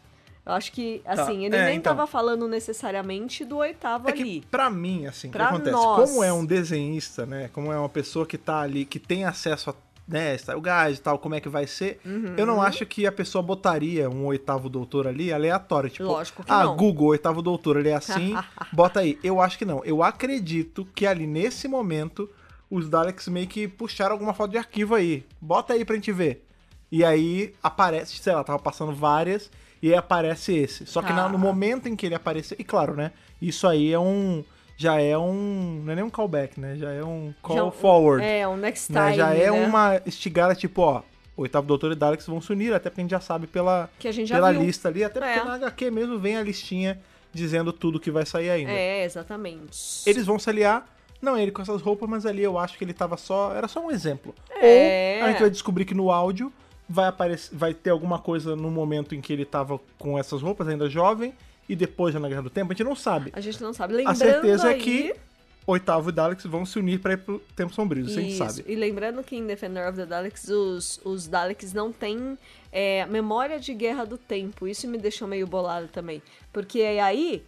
Eu acho que, assim, ele é, nem então. tava falando necessariamente do oitavo É ali. que, pra mim, assim, o que Pra acontece? nós. Como é um desenhista, né? Como é uma pessoa que tá ali, que tem acesso a né, o gás e tal, como é que vai ser, eu Uhum. não acho que a pessoa botaria um oitavo doutor ali aleatório. Tipo, Lógico que ah, não. Google, oitavo doutor, ele é assim, bota aí. Eu acho que não. Eu acredito que ali nesse momento os Daleks meio que puxaram alguma foto de arquivo aí. Bota aí pra gente ver. E aí aparece, sei lá, tava passando várias e aí aparece esse. Só que na- Tá. no momento em que ele apareceu, e claro, né? Isso aí é um já é um, não é nem um callback, né? Já é um call Já um- forward. É, o next time, né? Já é né? uma estigada tipo, ó, oitavo doutor e Daleks vão se unir, até porque a gente já sabe pela Que a gente já pela viu. lista ali, até porque É. na HQ mesmo vem a listinha dizendo tudo que vai sair ainda. É, exatamente. Eles vão se aliar, não ele com essas roupas, mas ali eu acho que ele tava só, era só um exemplo. É. Ou a gente vai descobrir que no áudio vai aparecer, vai ter alguma coisa no momento em que ele tava com essas roupas ainda jovem e depois já na Guerra do Tempo, a gente não sabe. A gente não sabe. Lembrando A certeza aí... é que Oitavo e Daleks vão se unir pra ir pro Tempo Sombrio, isso a gente sabe. E lembrando que em Defender of the Daleks, os, os Daleks não têm é, memória de guerra do tempo. Isso me deixou meio bolado também. Porque é aí,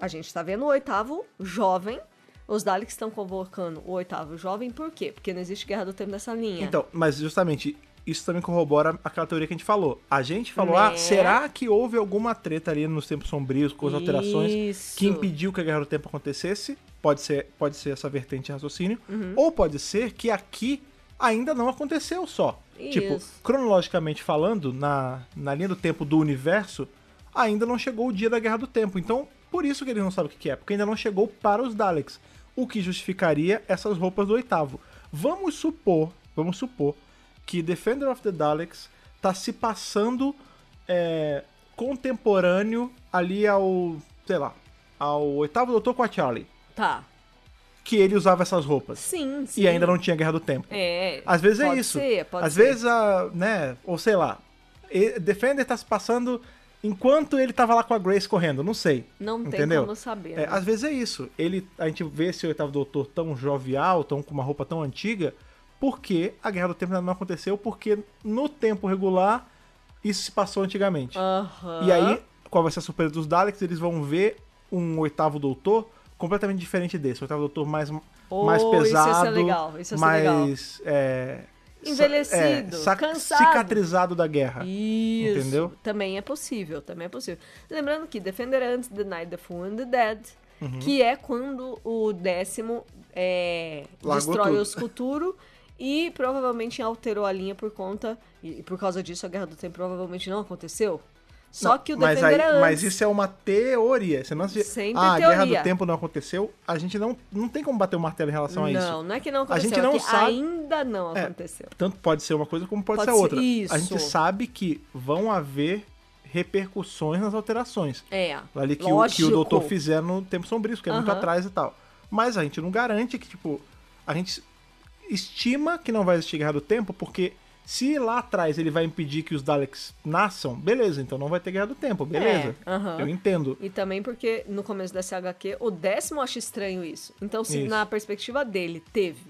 a gente tá vendo o oitavo jovem. Os Daleks estão convocando o oitavo jovem. Por quê? Porque não existe guerra do tempo nessa linha. Então, mas justamente, isso também corrobora aquela teoria que a gente falou. A gente falou, Né? ah, será que houve alguma treta ali nos tempos sombrios, com as alterações, Isso. que impediu que a Guerra do Tempo acontecesse? Pode ser, pode ser essa vertente de raciocínio. Uhum. Ou pode ser que aqui ainda não aconteceu só. Tipo, Isso. cronologicamente falando, na, na linha do tempo do universo, ainda não chegou o dia da Guerra do Tempo. Então, por isso que eles não sabem o que que é, porque ainda não chegou para os Daleks. O que justificaria essas roupas do oitavo. Vamos supor, vamos supor, que Defender of the Daleks tá se passando é, contemporâneo ali ao, sei lá, ao oitavo doutor com a Charlie. Tá. Que ele usava essas roupas. Sim, sim. E ainda não tinha Guerra do Tempo. É. Às vezes pode é isso. Ser, pode Às ser. vezes, a, né? Ou sei lá. e- Defender tá se passando enquanto ele tava lá com a Grace correndo, não sei. Não tem entendeu? como saber. É, né? às vezes é isso. Ele, a gente vê esse oitavo doutor tão jovial, tão com uma roupa tão antiga, porque a Guerra do Tempo ainda não aconteceu, porque no tempo regular isso se passou antigamente. Aham. E aí, qual vai ser a surpresa dos Daleks? Eles vão ver um oitavo doutor completamente diferente desse. Um oitavo doutor mais, Oh, mais isso ia ser pesado. legal, isso ia ser mais. é, sa- é, Envelhecido, cansado. Cicatrizado da guerra. Isso. Entendeu? Também é possível, também é possível. Lembrando que Defender antes The Night, The Fool and The Dead, Uhum. que é quando o décimo é, Largou destrói tudo. os futuro e provavelmente alterou a linha por conta, e, e por causa disso a Guerra do Tempo provavelmente não aconteceu. Só Não, que o mas, Defender aí- antes. mas isso é uma teoria. Você não se- Sempre ah, a guerra teoria. do tempo não aconteceu. A gente não, não tem como bater o martelo em relação a isso. Não, não é que A não aconteceu, gente não é que sabe- ainda não É, aconteceu. tanto pode ser uma coisa como pode, Pode ser ser- outra. A isso. gente sabe que vão haver repercussões nas alterações. É. ali que, o, lógico. que o doutor fizer no Tempo Sombrio, que é muito Aham. atrás e tal. Mas a gente não garante que, tipo, a gente estima que não vai existir guerra do tempo, porque se lá atrás ele vai impedir que os Daleks nasçam, beleza, então não vai ter guerra do tempo, beleza. É, aham. Eu entendo. E também porque no começo dessa HQ, o décimo acha estranho isso. Então, se Isso. na perspectiva dele teve,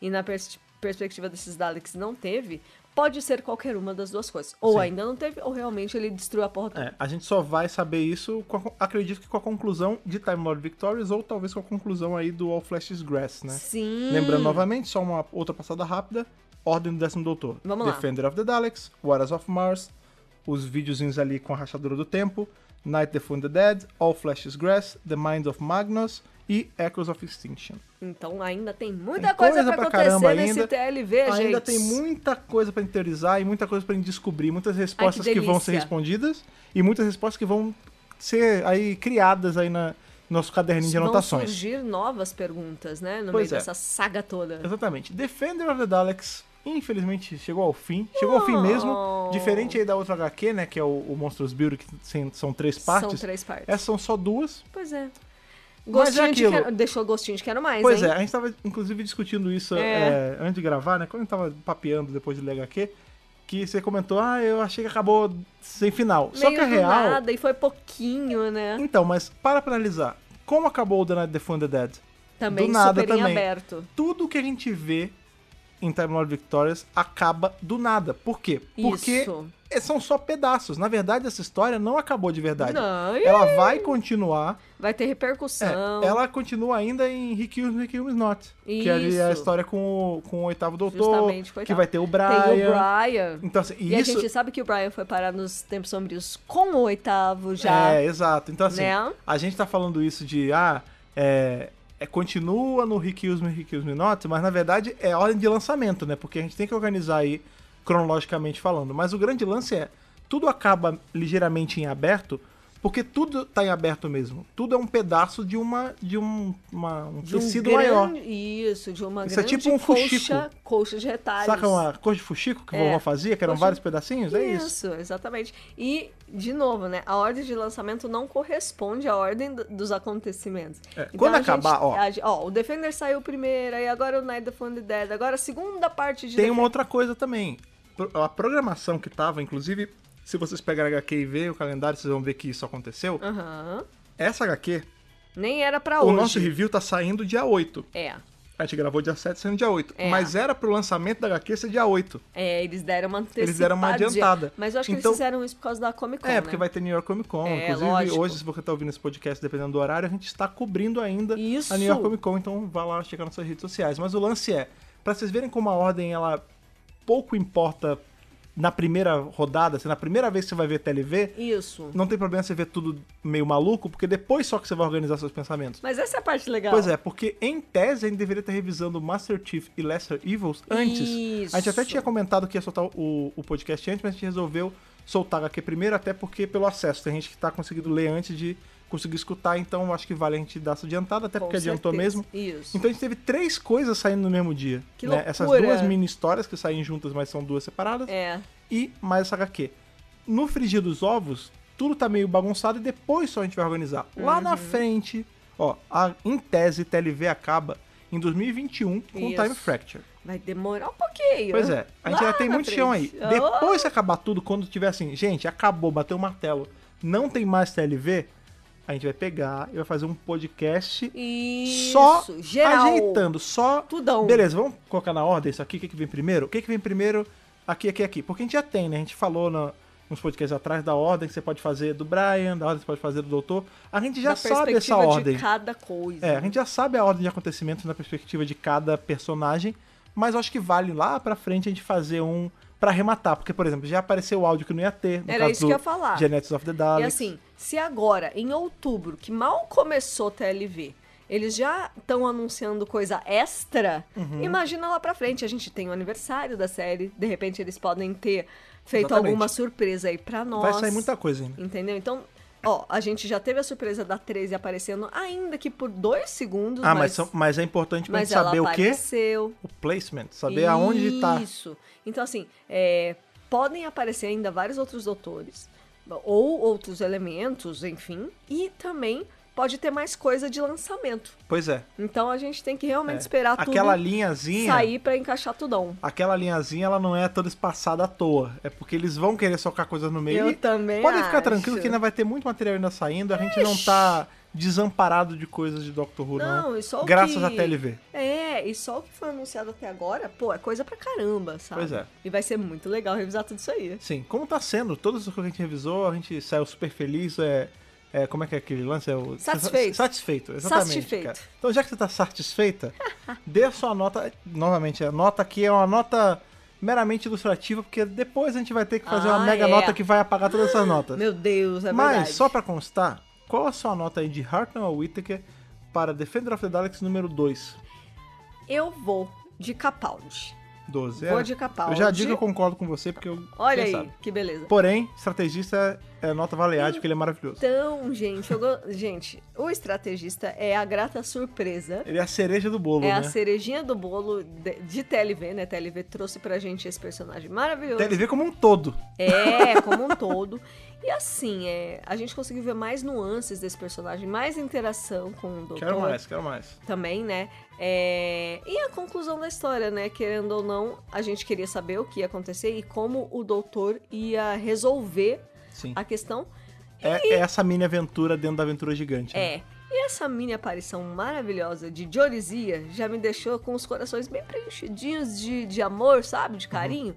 e na pers- perspectiva desses Daleks não teve, pode ser qualquer uma das duas coisas. Ou Sim. ainda não teve, ou realmente ele destruiu a porta. É, a gente só vai saber isso, com a con- acredito que com a conclusão de Time Lord Victorious, ou talvez com a conclusão aí do All Flash's Grass, né? Sim. Lembrando novamente, só uma outra passada rápida. Ordem do Décimo Doutor. Vamos lá. Defender of the Daleks, Waters of Mars, os videozinhos ali com a rachadura do tempo, Night the Fool and the Dead, All Flesh is Grass, The Mind of Magnus e Echoes of Extinction. Então ainda tem muita Tem coisa, pra caramba acontecer nesse TLV, gente. Ainda tem muita coisa pra gente teorizar e muita coisa pra gente descobrir, muitas respostas que, vão ser delícia. respondidas e muitas respostas que vão ser aí criadas aí na, nosso caderninho de Vão anotações. surgir novas perguntas, né? No Pois é. meio dessa saga toda. Exatamente. Defender of the Daleks, infelizmente, chegou ao fim. Chegou ao fim mesmo. Não. Diferente aí da outra HQ, né? Que é o, o Monstros Build, que sem- são três partes. São três partes. Essas são só duas. Pois é. Mas é Gostinho de aquilo. quero... Deixou gostinho de quero mais, pois hein? é, a gente tava, inclusive, discutindo isso É. é, antes de gravar, né? Quando a gente tava papeando depois de ler HQ, que você comentou, ah, eu achei que acabou sem final. Meio só que a do real. nada, e foi pouquinho, né? Então, mas para pra analisar. Como acabou o The Night Defend the Dead? Também do nada super também. em aberto. Tudo que a gente vê em Time Lord Victorious acaba do nada. Por quê? Porque Isso. É, são só pedaços. Na verdade, essa história não acabou de verdade. Não, e Ela vai continuar. vai ter É, repercussão. ela continua ainda em Rick Hughes Rick Hughes Not. Que é ali a Isso. história com o, com o oitavo doutor. Justamente, coitado. que vai ter o Brian. Tem o Brian. Então, assim, E isso. a gente sabe que o Brian foi parar nos tempos sombrios com o oitavo já. É, exato. Então, assim, Né? a gente tá falando isso de. Ah, é. é, continua no Rick Hughes Rick Hughes Not, mas na verdade é ordem de lançamento, né? Porque a gente tem que organizar aí cronologicamente falando. Mas o grande lance é. Tudo acaba ligeiramente em aberto, porque tudo tá em aberto mesmo. Tudo é um pedaço de uma. de um, uma- um de um tecido grande- maior. Isso, de uma Isso é grande tipo um colcha, colcha de retalhos. Saca uma cor de fuxico que a É. vovó fazia, que eram Coxa- vários pedacinhos? É isso. Isso, exatamente. E, de novo, né? A ordem de lançamento não corresponde à ordem do- dos acontecimentos. Então, É, quando a gente- acabar, ó. a gen- ó, o Defender saiu primeiro, aí agora o Night of the Dead, agora a segunda parte de. Tem um Def- uma outra coisa também. Pro- A programação que tava, inclusive, se vocês pegarem a HQ e ver o calendário, vocês vão ver que isso aconteceu. Aham. Essa HQ, Nem era pra o hoje. nosso review tá saindo dia 8. É. A gente gravou dia 7, saindo dia 8. É. Mas era pro lançamento da HQ ser dia 8. É, eles deram uma antecipadinha. Eles deram uma adiantada. Mas eu acho que Então- eles fizeram isso por causa da Comic Con, é, né? porque vai ter New York Comic Con. É, inclusive, lógico. hoje, se você tá ouvindo esse podcast, dependendo do horário, a gente está cobrindo ainda Isso. a New York Comic Con, então vá lá checar nas suas redes sociais. Mas o lance é, pra vocês verem como a ordem, ela pouco importa na primeira rodada, se na primeira vez que você vai ver TLV, Isso. não tem problema você ver tudo meio maluco, porque depois só que você vai organizar seus pensamentos. Mas essa é a parte legal. Pois é, porque em tese a gente deveria estar revisando Master Chief e Lesser Evils antes. Isso. A gente até tinha comentado que ia soltar o, o podcast antes, mas a gente resolveu soltar a HQ primeiro, até porque pelo acesso. Tem gente que tá conseguindo ler antes de conseguir escutar, então eu acho que vale a gente dar essa adiantada, até Com porque adiantou certeza. mesmo. Isso. Então a gente teve três coisas saindo no mesmo dia. Que né? Essas loucura. duas mini histórias que saem juntas, mas são duas separadas É. e mais essa HQ. No frigir dos ovos, tudo tá meio bagunçado e depois só a gente vai organizar. Lá Uhum. na frente, ó, a, em tese, TLV acaba em 2021 com Isso. Time Fracture. Vai demorar um pouquinho. Pois é, a gente Lá ainda tem na muito chão aí. frente. Oh! Depois que acabar tudo, quando tiver assim, gente, acabou, bateu o martelo, não tem mais TLV, a gente vai pegar e vai fazer um podcast Isso. só geral. ajeitando, só Tudão. Beleza, vamos colocar na ordem isso aqui, o que, que vem primeiro? O que, que vem primeiro? Aqui, aqui, aqui. Porque a gente já tem, né? A gente falou na, uns podcasts atrás da ordem que você pode fazer do Brian, da ordem que você pode fazer do doutor. A gente já da sabe essa perspectiva ordem. de cada coisa. É, a gente já sabe a ordem de acontecimentos na perspectiva de cada personagem, mas eu acho que vale lá pra frente a gente fazer um pra arrematar. Porque, por exemplo, já apareceu o áudio que não ia ter, no Era caso isso do que eu ia falar. Genetics of the E Daleks. assim, se agora, em outubro, que mal começou o TLV, eles já estão anunciando coisa extra, Uhum. imagina lá pra frente. A gente tem o aniversário da série, de repente eles podem ter feito Exatamente. alguma surpresa aí pra nós. Vai sair muita coisa ainda. Entendeu? Então, ó, a gente já teve a surpresa da 13 aparecendo, ainda que por dois segundos. Ah, mas, são- mas é importante pra mas gente ela saber o quê? apareceu. O placement, saber aonde tá. Isso. Então, assim, é, podem aparecer ainda vários outros doutores, ou outros elementos, enfim, e também pode ter mais coisa de lançamento. Pois é. Então a gente tem que realmente É. esperar tudo Aquela linhazinha. sair pra encaixar tudão. Aquela linhazinha, ela não é toda espaçada à toa. É porque eles vão querer socar coisas no meio. Eu E também Podem ficar acho. tranquilos que é ainda vai ter muito material ainda saindo. A gente não tá desamparado de coisas de Doctor Who, não. Não, e só o Graças que- à TLV. É, e só o que foi anunciado até agora, pô, é coisa pra caramba, sabe? Pois é. E vai ser muito legal revisar tudo isso aí. Sim, como tá sendo, todas as coisas que a gente revisou, a gente saiu super feliz, é... é, como é que é aquele lance? É o... Satisfeito. Satisfeito, exatamente. Satisfeito. cara. Então, já que você tá satisfeita, dê a sua nota. Novamente, a nota aqui é uma nota meramente ilustrativa, porque depois a gente vai ter que fazer uma Ah, mega é. nota que vai apagar todas essas notas. Meu Deus, é Mas, verdade. só pra constar, qual a sua nota aí de Hartnell a Whittaker para Defender of the Daleks número 2? Eu vou de Capaldi. 12. Vou é. de Capaldi. Eu já digo que eu concordo com você, porque eu. Olha quem aí, sabe. que beleza. Porém, estrategista é nota valeada, porque ele é maravilhoso. Então, gente, eu go- gente, o estrategista é a grata surpresa. Ele é a cereja do bolo, É né? a cerejinha do bolo de, de TLV, né? TLV trouxe pra gente esse personagem maravilhoso. Até ele vê como um todo. É, como um todo. E assim, é, a gente conseguiu ver mais nuances desse personagem, mais interação com o doutor Quero mais, quero mais. também, né? É, E a conclusão da história, né? Querendo ou não, a gente queria saber o que ia acontecer e como o doutor ia resolver Sim. a questão. É, é essa mini aventura dentro da aventura gigante. né? É. E essa mini aparição maravilhosa de Diorizia já me deixou com os corações bem preenchidinhos de, de amor, sabe? Uhum. De carinho.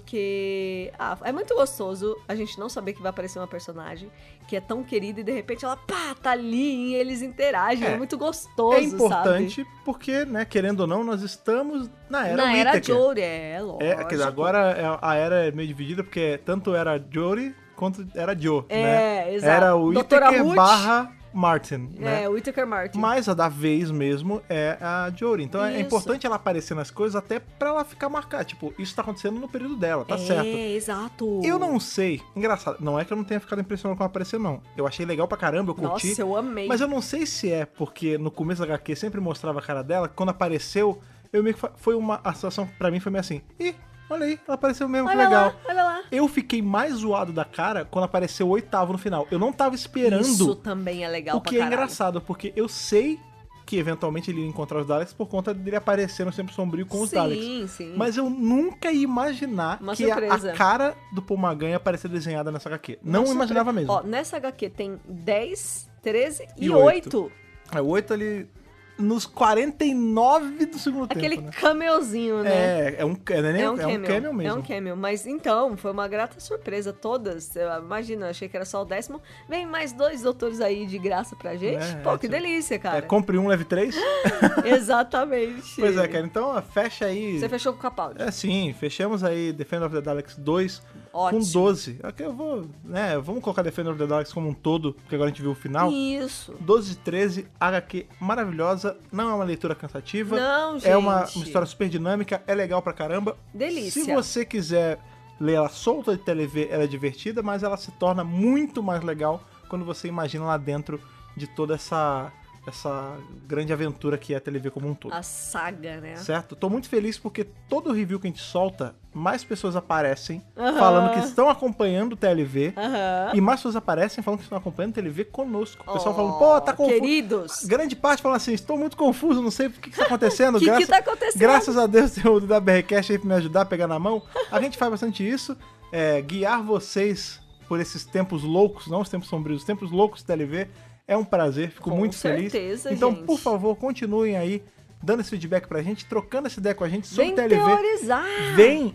Porque ah, é muito gostoso a gente não saber que vai aparecer uma personagem que é tão querida e de repente ela, pá, tá ali e eles interagem. É, É. muito gostoso, É sabe? importante porque, né, querendo ou não, nós estamos na era Na era Whittaker. Jory, é, lógico. É, quer dizer, agora é- a era é meio dividida porque tanto era Jory quanto era Joe, né? É, exato. Era o Doutora Whittaker Ruth. barra Martin, né? É, o Whittaker Martin. Mas a da vez mesmo é a Jory. Então é Isso. importante ela aparecer nas coisas até pra ela ficar marcada. Tipo, isso tá acontecendo no período dela, tá é, certo. exato. Eu não sei. Engraçado, não é que eu não tenha ficado impressionado com ela aparecer, não. Eu achei legal pra caramba, eu curti. Nossa, eu amei. Mas eu não sei se é porque no começo da HQ sempre mostrava a cara dela, que quando apareceu, eu meio que fa- foi uma a situação pra mim foi meio assim. Ih, olha aí, ela apareceu mesmo, que olha legal. lá, olha lá. Eu fiquei mais zoado da cara quando apareceu o oitavo no final. Eu não tava esperando. Isso também é legal o que é pra caralho. engraçado, porque eu sei que eventualmente ele ia encontrar os Daleks por conta dele aparecer no Sempre Sombrio com os sim, Daleks. Sim, Mas eu nunca ia imaginar Uma que a- surpresa. a, cara do Paul Magan ia aparecer desenhada nessa HQ. Não Nossa, imaginava mesmo. Ó, nessa HQ tem 10, 13 e, E 8. oito. É, o 8 ali nos 49 do segundo Aquele tempo, né? camelzinho, né? É, é um, é, nem- é um cameo mesmo. É um cameo. Mas então, foi uma grata surpresa. Todas, eu- imagina, eu achei que era só o décimo. Vem mais dois doutores aí de graça pra gente. É, Pô, é, que tipo, delícia, É, cara. compre um, leve três. Exatamente. pois é, cara. Então, ó, fecha aí. Você fechou com o Capaldi. É, sim. Fechamos aí Defender of the Daleks 2 Ótimo. com 12. Aqui eu vou, né, vamos colocar Defender of the Daleks como um todo, porque agora a gente viu o final. Isso. 12 de 13, HQ maravilhosa, não é uma leitura cansativa. Não, gente. É uma, uma história super dinâmica, é legal pra caramba. Delícia. Se você quiser ler ela solta de TV, ela é divertida, mas ela se torna muito mais legal quando você imagina lá dentro de toda essa essa grande aventura que é a TV como um todo. A saga, né? Certo? Tô muito feliz porque todo review que a gente solta, mais pessoas aparecem Aham. falando que estão acompanhando o TLV. Aham. E mais pessoas aparecem falando que estão acompanhando o TLV conosco. O pessoal Oh, falando, pô, tá confuso. Queridos. Grande parte fala assim, estou muito confuso, não sei o que, que está acontecendo. O que, graças, que tá acontecendo? graças a Deus tem o WRCast aí pra me ajudar a pegar na mão. A gente faz bastante isso, é, guiar vocês por esses tempos loucos, não os tempos sombrios, os tempos loucos do TLV. É um prazer, fico Com muito feliz. certeza, Então, gente. por favor, continuem aí dando esse feedback pra gente, trocando essa ideia com a gente sobre Vem o TLV. teorizar. Vem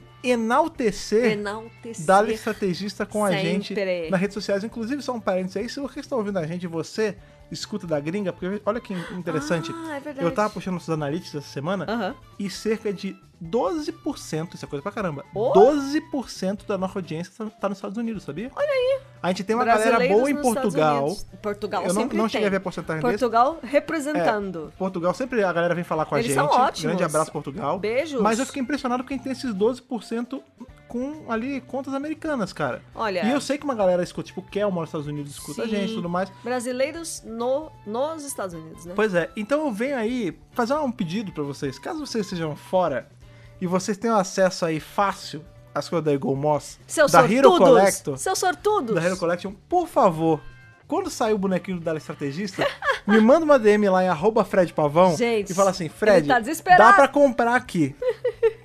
enaltecer Enaltecer. Dali Estrategista com a Sempre. gente é nas redes sociais. Inclusive, só um parênteses aí, se você está ouvindo a gente e você escuta da gringa, porque olha que interessante. Ah, é verdade. Ah. Eu tava puxando os analytics essa semana Aham. e cerca de 12%, isso é coisa pra caramba, Oh! 12% da nossa audiência tá- tá nos Estados Unidos, sabia? Olha aí! A gente tem uma galera Brasileiros boa em nos Estados Portugal. Unidos. Portugal Eu não, sempre não tem. cheguei a É, ver a porcentagem deles. Portugal representando. Portugal, sempre a galera vem falar com a Eles gente. são ótimos. Grande abraço, Portugal. Beijos. Mas eu fiquei impressionado porque a gente tem esses 12% com ali contas americanas, cara. Olha. E eu sei que uma galera escuta, tipo, o Kel mora nos Estados Unidos, escuta a É. Sim. gente e tudo mais. Brasileiros no, nos Estados Unidos, né? Pois é, então eu venho aí fazer um pedido pra vocês. Caso vocês estejam fora e vocês tenham acesso aí fácil às coisas da Eagle Moss, Seus é. da sortudos. Hero Collector, Seus sortudos. da Hero Collection, por favor, quando sair o bonequinho do Dala Estrategista, me manda uma DM lá em arroba Fred Pavão Gente, e fala assim, Fred, ele tá desesperado." dá pra comprar aqui.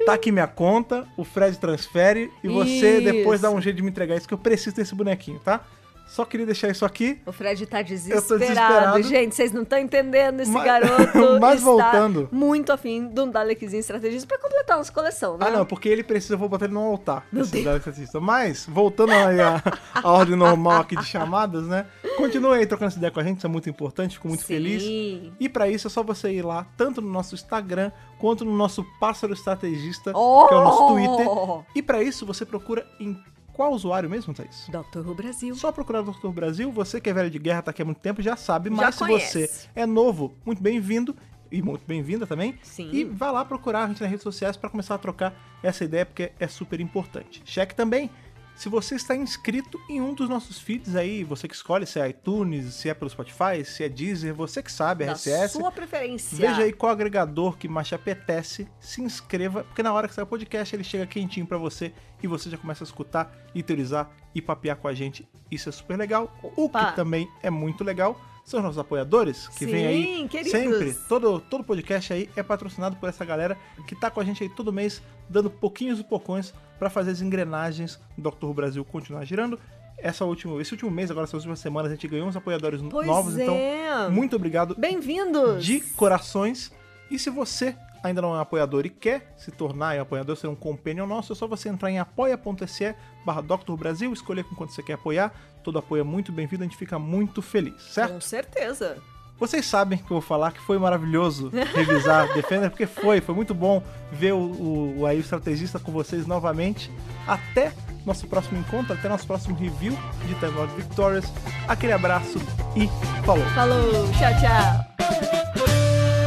Tá aqui minha conta, o Fred transfere e você Isso. depois dá um jeito de me entregar isso que eu preciso desse bonequinho, tá? Só queria deixar isso aqui. O Fred tá desesperado. Eu tô desesperado. Gente, vocês não estão entendendo esse Mas- garoto. Mas está voltando. Muito afim de um Dalekzinho estrategista pra completar nossa coleção, né? Ah, não, porque ele precisa, eu vou botar ele no altar. Meu esse Deus. Dala Estrategista. Mas, voltando aí à à ordem normal aqui de chamadas, né? Continue aí trocando essa ideia com a gente, isso é muito importante, fico muito Sim. feliz. E pra isso é só você ir lá, tanto no nosso Instagram quanto no nosso Pássaro Estrategista, Oh! que é o nosso Twitter. E pra isso você procura em qual usuário mesmo, Thaís? Doctor Who Brasil. Só procurar o Dr. Brasil, você que é velho de guerra, tá aqui há muito tempo, já sabe, Já mas se conhece. você é novo, muito bem-vindo. e muito bem-vinda também. Sim. E vá lá procurar a gente nas redes sociais para começar a trocar essa ideia, porque é super importante. Cheque também se você está inscrito em um dos nossos feeds aí, você que escolhe se é iTunes, se é pelo Spotify, se é Deezer, você que sabe, é da RSS. sua preferência. Veja aí qual agregador que mais te apetece, se inscreva, porque na hora que sair o podcast ele chega quentinho pra você e você já começa a escutar, e teorizar e papear com a gente. Isso é super legal. O Opa! que também é muito legal são os nossos apoiadores, que vem Sim, aí queridos. sempre. Todo, todo podcast aí é patrocinado por essa galera que tá com a gente aí todo mês, dando pouquinhos e pocões pra fazer as engrenagens do Dr. Who Brasil continuar girando. Essa última, esse último mês, agora essas últimas semanas, a gente ganhou uns apoiadores Pois novos, é. então muito obrigado Bem-vindos! de corações. E se você ainda não é um apoiador e quer se tornar um apoiador, ser um companion nosso, é só você entrar em apoia.se barra Dr. Brasil, escolher com quanto você quer apoiar. Todo apoio é muito bem-vindo, a gente fica muito feliz, certo? Com certeza. Vocês sabem que eu vou falar que foi maravilhoso revisar Defender, porque foi, foi muito bom ver o, o, o aí o estrategista com vocês novamente. Até nosso próximo encontro, até nosso próximo review de Time Lord Victorious. Aquele abraço e falou! Falou, tchau, tchau.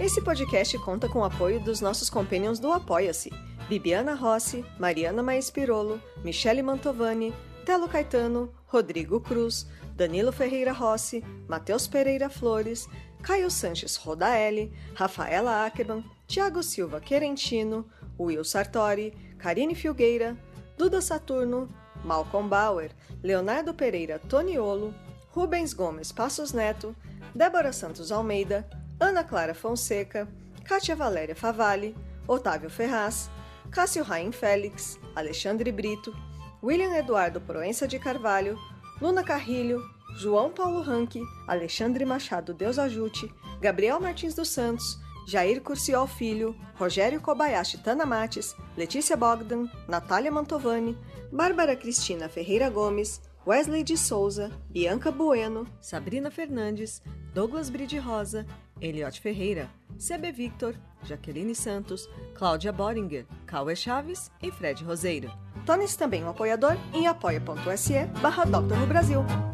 Esse podcast conta com o apoio dos nossos companions do Apoia-se: Bibiana Rossi, Mariana Maes Pirolo, Michele Mantovani, Telo Caetano, Rodrigo Cruz, Danilo Ferreira Rossi, Matheus Pereira Flores, Caio Sanches Rodaelli, Rafaela Ackerman, Tiago Silva Querentino, Will Sartori, Karine Filgueira, Duda Saturno, Malcolm Bauer, Leonardo Pereira Toniolo, Rubens Gomes Passos Neto, Débora Santos Almeida, Ana Clara Fonseca, Kátia Valéria Favalli, Otávio Ferraz, Cássio Raim Félix, Alexandre Brito, William Eduardo Proença de Carvalho, Luna Carrilho, João Paulo Ranque, Alexandre Machado Deus Ajute, Gabriel Martins dos Santos, Jair Curciol Filho, Rogério Kobayashi Tana Mates, Letícia Bogdan, Natália Mantovani, Bárbara Cristina Ferreira Gomes, Wesley de Souza, Bianca Bueno, Sabrina Fernandes, Douglas Bride Rosa, Eliote Ferreira, CB Victor, Jaqueline Santos, Cláudia Boringer, Cauê Chaves e Fred Roseiro. Torne-se também um apoiador em apoia.se barra Dr. no Brasil.